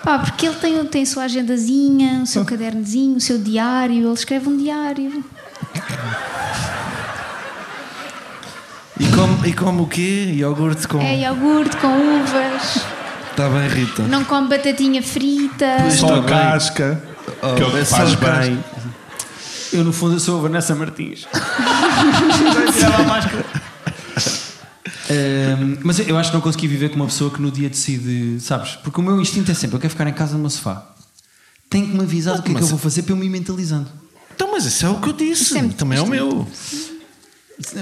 B: Pá, porque ele tem, tem a sua agendazinha, o seu cadernozinho, o seu diário, ele escreve um diário.
E: E como, e como o quê? Iogurte com.
B: É iogurte com uvas,
E: Está bem, Rita.
B: não come batatinha frita.
F: Só a casca, que é o que
E: é só
F: faz
E: a casca.
F: bem.
C: Eu, no fundo, sou a Vanessa
F: *laughs*
C: Martins. Ahm, Ehm, mas eu- eu acho que não consegui viver com uma pessoa que no dia decide, sabes? Porque o meu instinto é sempre: eu quero ficar em casa no meu sofá. Tem que me avisar do que é que eu vou fazer para eu me ir mentalizando.
E: Então, mas isso é o que eu disse.
B: Sempre
E: Também é o meu.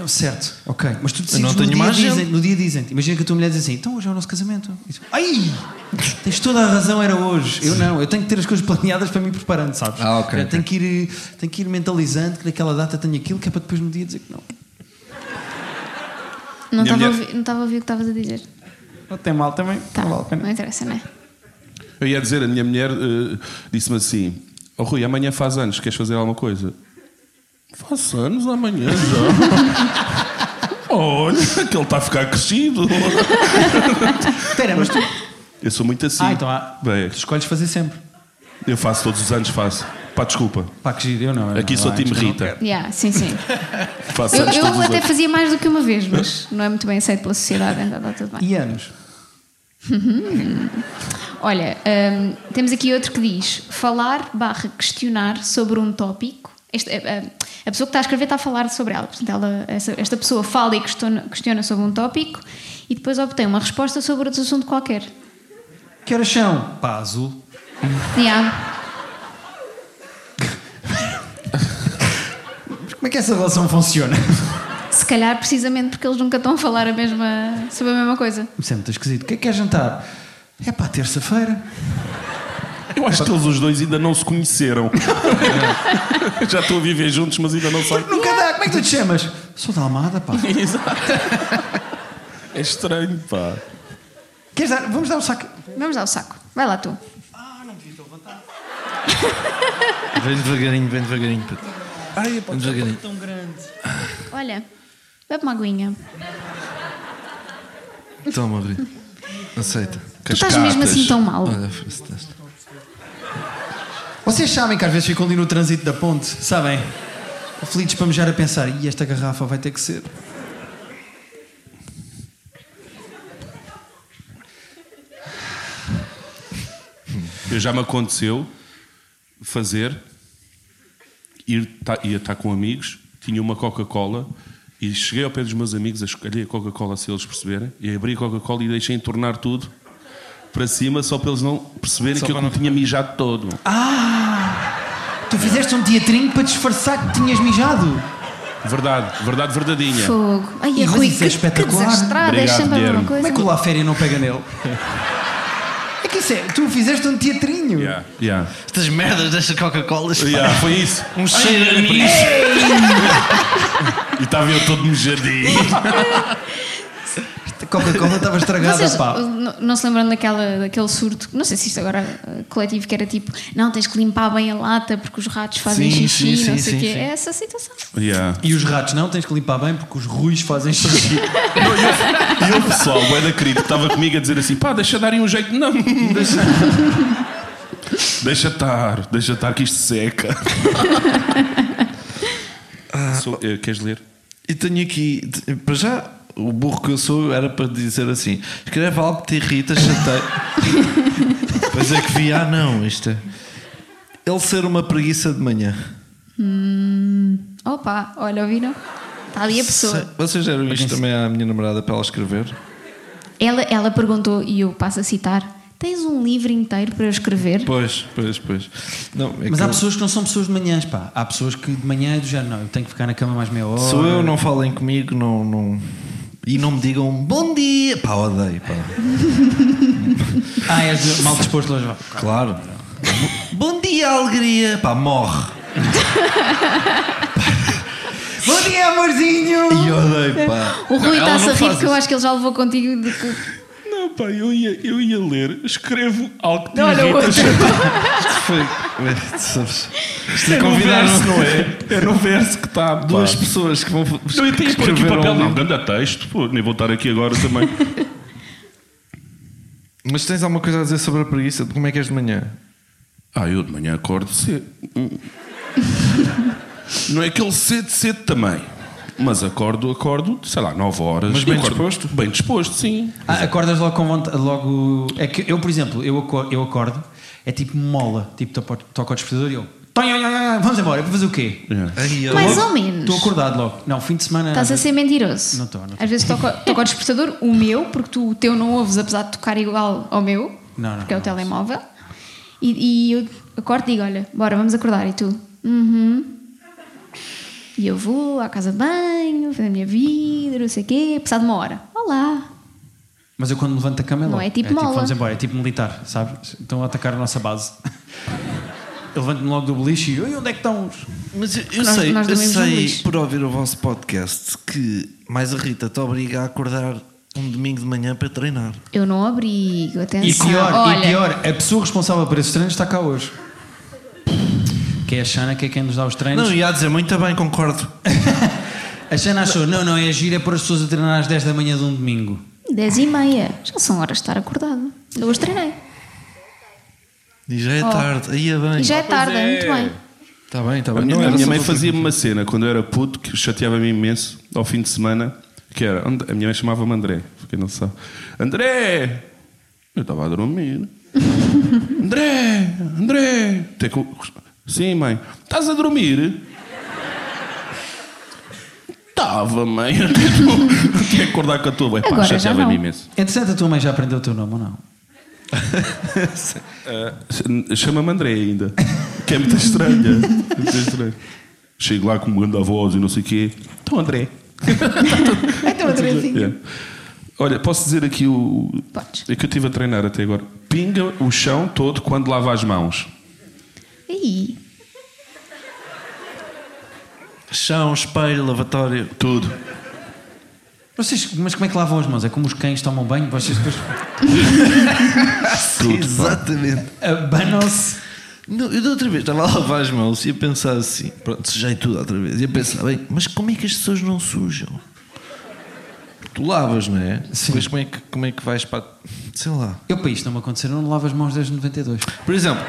C: Certo, ok. Mas tu decides
E: não
C: no,
E: tenho
C: dia
E: mais
C: dizem,
E: gente.
C: no dia dizem Imagina que a tua mulher diz assim: então hoje é o nosso casamento. E tu, Ai! Tens toda a razão, era hoje. Eu não, eu tenho que ter as coisas planeadas para me ir preparando, sabes?
E: Ah, ok,
C: Eu
E: ok.
C: Tenho, que ir, tenho que ir mentalizando que naquela data tenho aquilo que é para depois no dia dizer que não.
B: Não estava
F: Minha
B: a
F: mulher-
B: ouvir- não estava a ouvir o que estavas a dizer.
C: Não tem mal também.
B: Tá, não interessa, não é?
F: Eu ia dizer, a minha mulher eh, disse-me assim: Ó Rui, amanhã faz anos, queres fazer alguma coisa? Faz anos
C: *laughs*
F: amanhã já. Olha, que ele está a ficar crescido.
C: Espera, mas tu.
F: Eu sou muito assim.
C: Ah, então há.
F: Bem,
C: Tu escolhes fazer sempre.
F: eu faço todos os anos, faço. Pá, desculpa.
C: Pá, que giro, eu não. eu
F: Aqui
C: não,
F: sou
C: eu
F: time
C: acho que não.
F: Rita.
B: Yeah, sim,
F: *laughs*
B: sim.
F: Faço
B: Eu,
F: anos
B: eu
F: todos os
B: até
F: anos.
B: fazia mais do que uma vez, mas não é muito bem aceito pela sociedade, ainda está tudo bem.
C: E anos?
B: Olha, hum, temos aqui outro que diz: falar barra questionar sobre um tópico. Este- a- a- a pessoa que está a escrever está a falar sobre ela. Portanto, ela- essa- esta pessoa fala e questiona, questiona sobre um tópico e depois obtém uma resposta sobre outro assunto qualquer.
C: Que horas são? Pá, azul.
B: Yeah.
C: Mas como é que essa relação funciona?
B: Se calhar precisamente porque eles nunca estão a falar a mesma, sobre a mesma coisa.
C: Isso é muito esquisito. O que é que é jantar? É pá, terça-feira.
F: Eu acho que eles os dois ainda não
C: *laughs*
F: se conheceram. já estão a viver juntos, mas ainda não sabem.
C: Nunca dá, como é que tu te chamas? Sou da Almada, pá.
F: É estranho, pá.
C: Queres dar? Vamos dar um saco.
B: Vamos dar o saco. Vai lá tu.
E: Vem devagarinho, vem devagarinho. puto. vem devagarinho.
B: Olha, bebe uma aguinha.
E: Toma, Rui. Então, Aceita.
B: Tu estás mesmo assim tão mal.
E: Olha, oferece-te.
C: Vocês sabem que às vezes ficam ali no trânsito da ponte, sabem? Aflitos para mejar a pensar, e esta garrafa vai ter que ser.
F: Eu já me aconteceu fazer, ir tá, ia estar com amigos, tinha uma Coca-Cola e cheguei ao pé dos meus amigos, a escolhi a Coca-Cola se eles perceberem, e abri a Coca-Cola e deixei entornar tudo para cima só para eles não perceberem que eu me tinha mijado todo.
C: Tu fizeste um teatrinho para disfarçar que tinhas mijado.
F: Verdade, verdade verdadeira.
B: Fogo. Ai,
C: Ih,
B: é
C: mas
B: Rui,
C: isso é
B: que, que
C: espetacular.
B: desastrada. É
F: Obrigado,
B: sempre a mesma
F: Guilherme.
B: coisa.
C: Como é que o Lá Féria não pega nele? É que que isso é? Tu fizeste um teatrinho.
G: Yeah.
F: Yeah.
E: Estas merdas destas Coca-Colas. pá.
F: Yeah, foi isso.
G: Um cheiro a mim.
F: E estava eu todo mojadinho. *laughs*
C: Coca-Cola estava estragada,
B: Vocês
C: pá.
B: n- não se lembram daquela, daquele surto, não sei se isto agora eh, coletivo, que era tipo, não, tens que limpar bem a lata porque os ratos fazem
E: Sim,
B: xixi,
E: sim,
B: não
E: sim,
B: sei o
E: sim,
B: quê.
E: sim.
B: É essa a situação.
F: Yeah.
C: E os ratos não, tens que limpar bem porque os ruis fazem xixi.
F: E o pessoal, o Eda querido, estava comigo a dizer assim: pá, deixa darem um jeito. Não, deixa. Deixa estar, deixa estar que isto seca. Sou- eh, queres ler?
E: E tenho aqui, te- para já, o burro que eu sou era para dizer assim: escreve algo que te irrita, chateia. *laughs* Pois é que vi, ah não, isto é. Ele ser uma preguiça de manhã.
B: Opa, olha, ouviram? Está ali a pessoa.
E: Sei- Vocês deram isto também à minha namorada para ela escrever?
B: Ela, ela perguntou, e eu passo a citar: Tens um livro inteiro para eu escrever?
E: Pois, pois, pois. Não, *laughs* é
C: Mas
E: que
C: há
E: eu-
C: pessoas que não são pessoas de manhãs, pá. Há pessoas que de manhã é do género, não, eu tenho que ficar na cama mais meia hora.
E: Sou eu, não falem comigo, não, não. E não me digam bom dia. Pá, odeio, pá.
C: Ah, és mal disposto hoje. vá.
E: Claro. Bo- bom dia, alegria.
B: *laughs*
E: Pá, morre.
C: Bom dia, amorzinho!
E: E odeio, pá.
B: O Rui
E: Ela
B: está-se
E: não
B: a rir
E: faz
B: porque eu acho que ele já levou contigo. De que...
F: Não, pá, eu ia, eu ia ler. Escrevo algo que te
B: Olha o
F: irrita.
B: outro.
E: Foi. é, Sabes? Isto
F: É
E: é
F: no verso,
E: convidar
F: não é? É no verso que está.
E: duas pessoas que vão.
F: Não, eu tenho que pôr aqui
E: escrever
F: papel.
E: um
F: Não,
E: livro.
F: ganda texto. Pô, nem vou estar aqui agora também.
E: Mas tens alguma coisa a dizer sobre a preguiça? De como é que és de manhã?
F: Ah, eu de manhã acordo cedo. *laughs* Hum. Não é aquele cedo, cedo também. Mas acordo, acordo, sei lá, 9 horas.
E: Mas bem
F: Acordo
E: disposto?
F: Bem disposto, sim.
C: Ah, acordas logo com vontade, logo... É que eu, por exemplo, eu acordo, eu acordo é tipo mola, tipo toco, toco ao despertador e eu... "Tonho, nho, nho, nho, Vamos embora, vou fazer o quê?
B: Mais
C: Logo,
B: ou menos.
C: Estou acordado logo. Não, fim de semana...
B: Estás a ser mentiroso.
C: Não estou, não estou.
B: Às
C: *laughs*
B: vezes toco, toco ao despertador, o meu, porque tu o teu não ouves, apesar de tocar igual ao meu,
C: Não, não,
B: porque é o
C: não
B: telemóvel. E, e eu acordo e digo: Olha, bora, vamos acordar. E tu, uhum. E eu vou à casa de banho, fazer a minha vida, não sei o quê. Passado uma hora, olá.
C: Mas eu quando me levanto da cama é
B: Não
C: logo.
B: é tipo mola.
C: Vamos embora, é tipo militar, sabe? Estão a atacar a nossa base. *laughs* Eu levanto-me logo do beliche e... "Oi, Onde é que estão os...
E: Mas eu, eu
B: Nós-
E: sei,
B: nós
E: eu
B: dormimos no
E: sei
B: lixo.
E: por ouvir o vosso podcast que mais a Rita te obriga a acordar um domingo de manhã para treinar.
B: Eu não abrigo, atenção.
C: E pior,
B: Assim, Olha,
C: e pior, a pessoa responsável por esses treinos está cá hoje. Que é a Xana, que é quem nos dá os treinos.
E: Não, ia dizer muito bem, concordo.
C: a Xana achou, não, não, é giro, é pôr as pessoas a treinar às 10 da manhã de um domingo.
B: 10 e meia, já são horas de estar acordado. Eu hoje treinei.
E: E já é
B: Oh.
E: tarde, aí é bem.
B: E já é tarde,
G: é.
B: muito bem.
E: Está Tá bem, está
F: A
E: bem.
F: minha,
E: Não
F: a
E: era
F: minha
E: só
F: mãe
E: para-
F: fazia-me uma cena quando eu era puto que chateava-me imenso ao fim de semana. Que era, And- a minha mãe chamava-me André, para quem não sabe. André! Eu estava a dormir. *laughs* André! André! Até que eu- Sim, mãe. Estás a dormir? Estava, mãe. *laughs* Eu tinha que acordar com a tua mãe. Pá,
B: Agora já
F: chateava-me
B: não.
F: imenso.
C: Entretanto, a tua mãe já aprendeu o teu nome ou não?
F: Ah, Chama-me André ainda. Que é muito estranha. Muito estranho. Chego lá com uma grande voz e não sei o quê. Então, André.
B: Então, Andrezinho.
F: Yeah. Olha, posso dizer aqui o.
B: Podes.
F: É que eu estive a treinar até agora. Pinga o chão todo quando lava as mãos.
B: Aí.
E: Chão, espelho, lavatório.
F: Tudo.
C: Vocês, mas como é que lavam as mãos? É como os cães tomam banho? Vocês
E: *laughs*
C: depois
E: Exatamente.
C: abanam-se.
E: Não, eu da outra vez estava a lavar as mãos e a pensar assim, pronto, sujei tudo outra vez. E a pensar, bem, mas como é que as pessoas não sujam? Tu lavas, não é? Depois como é que, como é que vais para. Sei lá.
C: Eu, para isto não me aconteceu, não lavo as mãos desde 92.
E: Por
F: *laughs*
E: exemplo,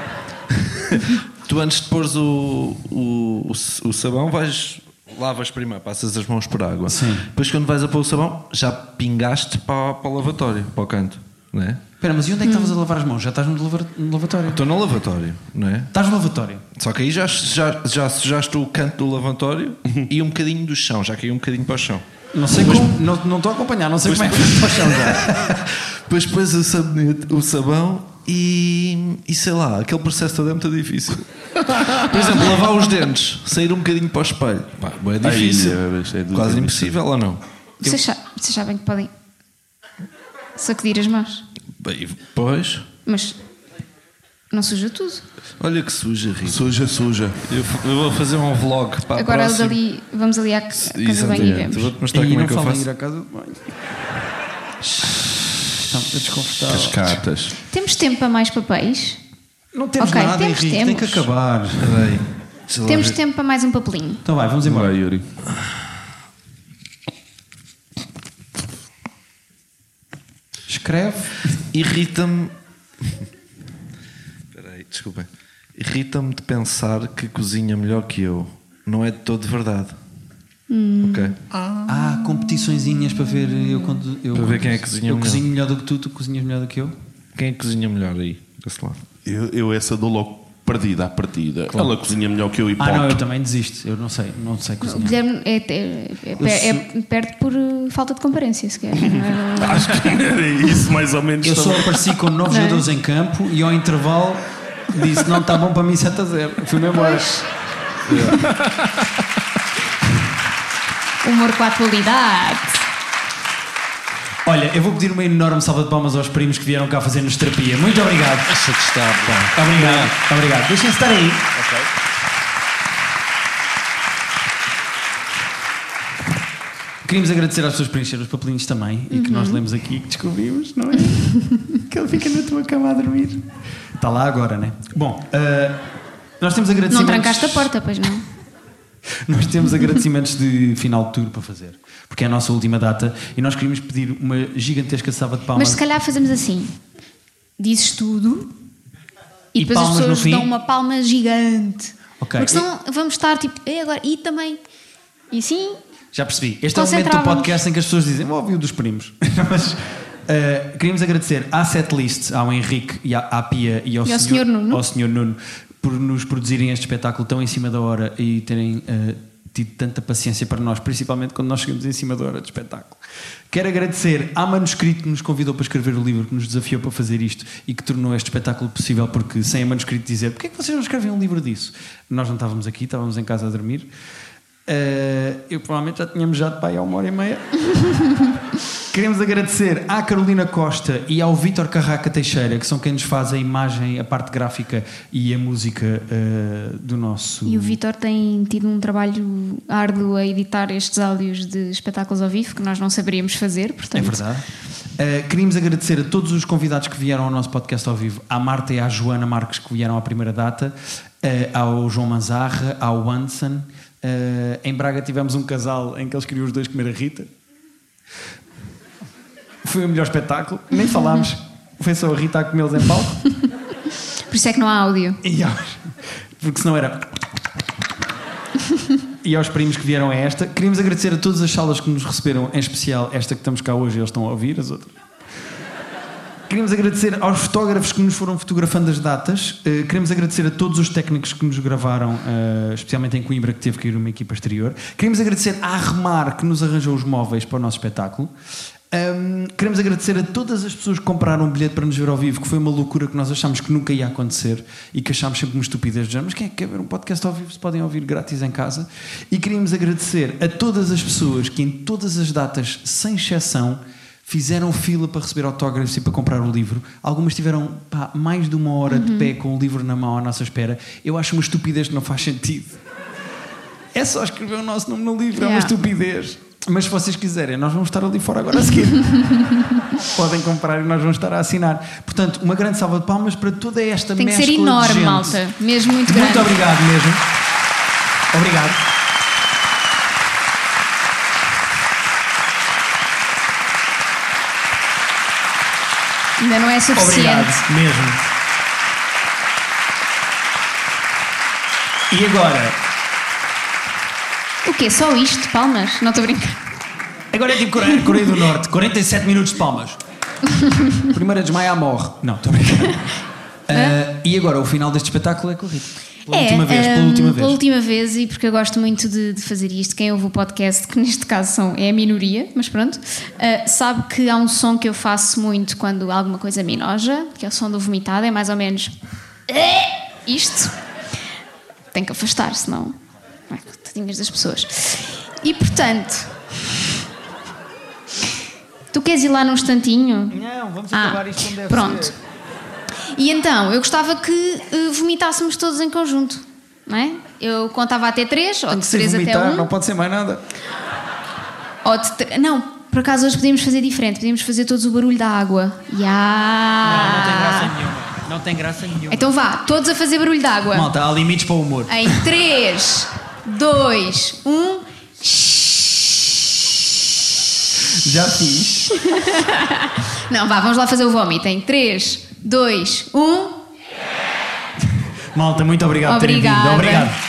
E: tu antes de pôres o, o, o, s- o sabão, vais. Lavas primeiro, passas as mãos por água.
C: Sim.
E: Depois, quando vais a pôr o sabão, já pingaste para, para o lavatório, para o canto, não é?
C: Espera, mas e onde é que estavas a lavar as mãos? Já estás no, lavar- no lavatório?
E: Estou no lavatório, não é?
C: Estás no lavatório.
E: Só que aí já, já, já sujaste o canto do lavatório e um bocadinho do chão, já caiu um bocadinho para o chão.
C: Não sei como, não não estou a acompanhar, não sei como é que
E: *laughs*
C: faz para o chão já.
E: Depois pôs o sabonete, o sabão e, e sei lá, aquele processo todo é muito difícil. *laughs* Por exemplo, lavar os dentes, sair um bocadinho para o espelho. Pá, bué, é difícil.
F: Ai, é, mas é do-
E: Quase
F: é
E: impossível ou não?
B: Vocês sa- vocês sabem que podem sacudir as mãos.
E: Bem, pois.
B: Mas não suja tudo.
E: Olha que suja, Rita.
F: Suja, suja.
G: Eu, f- eu vou fazer um vlog para
B: Agora
G: a próxima.
B: dali, vamos ali à ca- casa de banho e
G: Exatamente.
B: vemos.
G: Vou-te mostrar
D: E
G: como
D: não
G: é que eu
D: fala em ir
G: faço.
D: à casa de banho. Está
C: é
D: muito
F: As
D: desconfortável.
F: cartas.
B: Temos tempo para mais papéis?
C: Não temos
B: Ok,
C: nada,
B: temos,
C: Henrique, tem que
B: temos.
C: acabar.
E: Peraí. Deixa lá
B: Temos
E: ver.
B: tempo para mais um papelinho.
C: Então vai, vamos embora.
F: Vai, Yuri.
C: Escreve.
E: Irrita-me. Peraí, desculpem. Irrita-me de pensar que cozinha melhor que eu. Não é de todo verdade. Ok.
C: Ah, competiçõezinhas para ver eu quando eu
E: Para ver quem é que cozinha
C: Eu
E: melhor.
C: cozinho melhor do que tu, tu cozinhas melhor do que eu.
E: Quem é que cozinha melhor aí? Desse lado.
F: Eu, eu essa dou logo perdida à partida. Ela cozinha melhor que eu e
C: Ah,
F: ponto.
C: não, eu também desisto. Eu não sei, não sei
B: O
C: cozinhar.
B: Guilherme é, é- é- é- é- perde por uh, falta de comparência, se quer. *laughs* Não é-
F: *laughs* Acho que era isso, mais ou menos.
C: Eu só apareci com novos
B: Não é?
C: jogadores em campo e ao intervalo disse: Não, está bom para mim 7 a 0. Fui-me embora.
B: Humor com a atualidade.
C: Olha, eu vou pedir uma enorme salva de palmas aos primos que vieram cá fazer-nos terapia. Muito obrigado.
E: Essa te está, pá.
C: Obrigado, obrigado. Deixem-se estar aí. Queríamos agradecer às pessoas que preencheram os papelinhos também e que nós lemos aqui e que descobrimos, não é? Uhum. *laughs* que ele fica na tua cama a dormir. Está lá agora, né? Bom, ah, nós temos
B: Não
C: agradecimentos.
B: trancaste a porta, pois não?
C: Nós temos agradecimentos de final de tour para fazer, porque é a nossa última data e nós queríamos pedir uma gigantesca salva de palmas.
B: Mas se calhar fazemos assim: dizes tudo e,
C: E
B: depois as
C: palmas no
B: pessoas
C: fim?
B: dão uma palma gigante.
C: Ok.
B: Porque senão vamos estar tipo, e agora? E também? E sim?
C: Já percebi. Este é o momento do
B: Concentrávamos.
C: podcast em que as pessoas dizem, "Vou ouvir o dos primos. *laughs* Mas eh, queríamos agradecer à Setlist, ao Henrique e à, à Pia e ao,
B: E ao
C: senhor,
B: senhor Nuno.
C: ao senhor Nuno por nos produzirem este espetáculo tão em cima da hora e terem eh, tido tanta paciência para nós, principalmente quando nós chegamos em cima da hora do espetáculo. Quero agradecer à Manuscrito que nos convidou para escrever o livro, que nos desafiou para fazer isto e que tornou este espetáculo possível, porque sem a Manuscrito dizer porquê é que vocês não escrevem um livro disso? Nós não estávamos aqui, estávamos em casa a dormir. Eh, eu provavelmente já tínhamos já de pai há uma hora e meia. Queremos agradecer à Carolina Costa e ao Vítor Carraca Teixeira, que são quem nos faz a imagem, a parte gráfica e a música eh, do nosso.
B: E o Vitor tem tido um trabalho árduo a editar estes áudios de espetáculos ao vivo que nós não saberíamos fazer,
C: É
B: portanto.
C: verdade. Eh, queríamos agradecer a todos os convidados que vieram ao nosso podcast ao vivo, à Marta e à Joana Marques que vieram à primeira data, eh, ao João Manzarra, ao Anson. Eh, em Braga tivemos um casal em que eles queriam os dois comer a Rita. Foi o melhor espetáculo, nem falámos. Foi só a Rita a comê-los em palco.
B: Por isso é que não há áudio.
C: E aos... Porque senão era. E aos primos que vieram a esta, queríamos agradecer a todas as salas que nos receberam, em especial esta que estamos cá hoje, eles estão a ouvir, as outras. Queremos agradecer aos fotógrafos que nos foram fotografando as datas. Eh, queremos agradecer a todos os técnicos que nos gravaram, eh, especialmente em Coimbra, que teve que ir uma equipa exterior. Queremos agradecer à Remar, que nos arranjou os móveis para o nosso espetáculo. Ahm, queremos agradecer a todas as pessoas que compraram um bilhete para nos ver ao vivo, que foi uma loucura que nós achámos que nunca ia acontecer e que achámos sempre uma estupidez. do género, Mas quem é que quer ver um podcast ao vivo? Se podem ouvir grátis em casa. E queríamos agradecer a todas as pessoas que, em todas as datas, sem exceção, fizeram fila para receber autógrafos e para comprar o livro. Algumas tiveram pá, mais de uma hora
B: Uhum.
C: de pé com o livro na mão à nossa espera. Eu acho uma estupidez que não faz sentido. É só escrever o nosso nome no livro, é uma
B: Yeah.
C: estupidez. Mas se vocês quiserem, nós vamos estar ali fora agora a
B: *laughs*
C: seguir. Podem comprar e nós vamos estar a assinar. Portanto, uma grande salva de palmas para toda esta
B: Tem que ser
C: mescla de
B: enorme,
C: gente.
B: malta. Mesmo muito grande.
C: Muito obrigado mesmo. Obrigado.
B: Ainda não é suficiente.
C: Obrigado, mesmo. E agora?
B: O quê? Só isto? Palmas? Não estou a brincar.
C: Agora é tipo Coreia, Coreia do Norte, 47 minutos de
B: *laughs*
C: palmas. Primeira desmaia, morre. Não, estou a brincar. Ah, e agora, o final deste espetáculo é corrido. Pela
B: é,
C: última vez, pela
B: hum,
C: última vez.
B: última vez e porque eu gosto muito de, de fazer isto. Quem ouve o podcast, que neste caso são, é a minoria, mas pronto, uh, sabe que há um som que eu faço muito quando alguma coisa me enoja, que é o som do vomitado, é mais ou menos "Eh", isto. Tem que afastar, senão. Não é, tadinhas das pessoas. E portanto. Tu queres ir lá num instantinho?
C: Não, vamos é.
B: Ah, pronto. E então, eu gostava que eh, vomitássemos todos em conjunto, não é? Eu contava até três, ou de
D: Se
B: três até
D: vomitar,
B: um.
D: não pode ser mais nada.
B: Ou de tre- Não, por acaso hoje podíamos fazer diferente, podíamos fazer todos o barulho da água.
H: Não, não tem graça
B: Ya!
H: nenhuma. Não tem graça nenhuma.
B: Então vá, todos a fazer barulho da água.
C: Malta, há limites para o humor.
B: Em um. 3, 2, 1.
C: Já fiz.
B: Não, vá, vamos lá fazer o vómito. Em um. 3, 2, 1.
C: Malta, muito obrigado por terem vindo.
B: Obrigada.
C: Obrigado.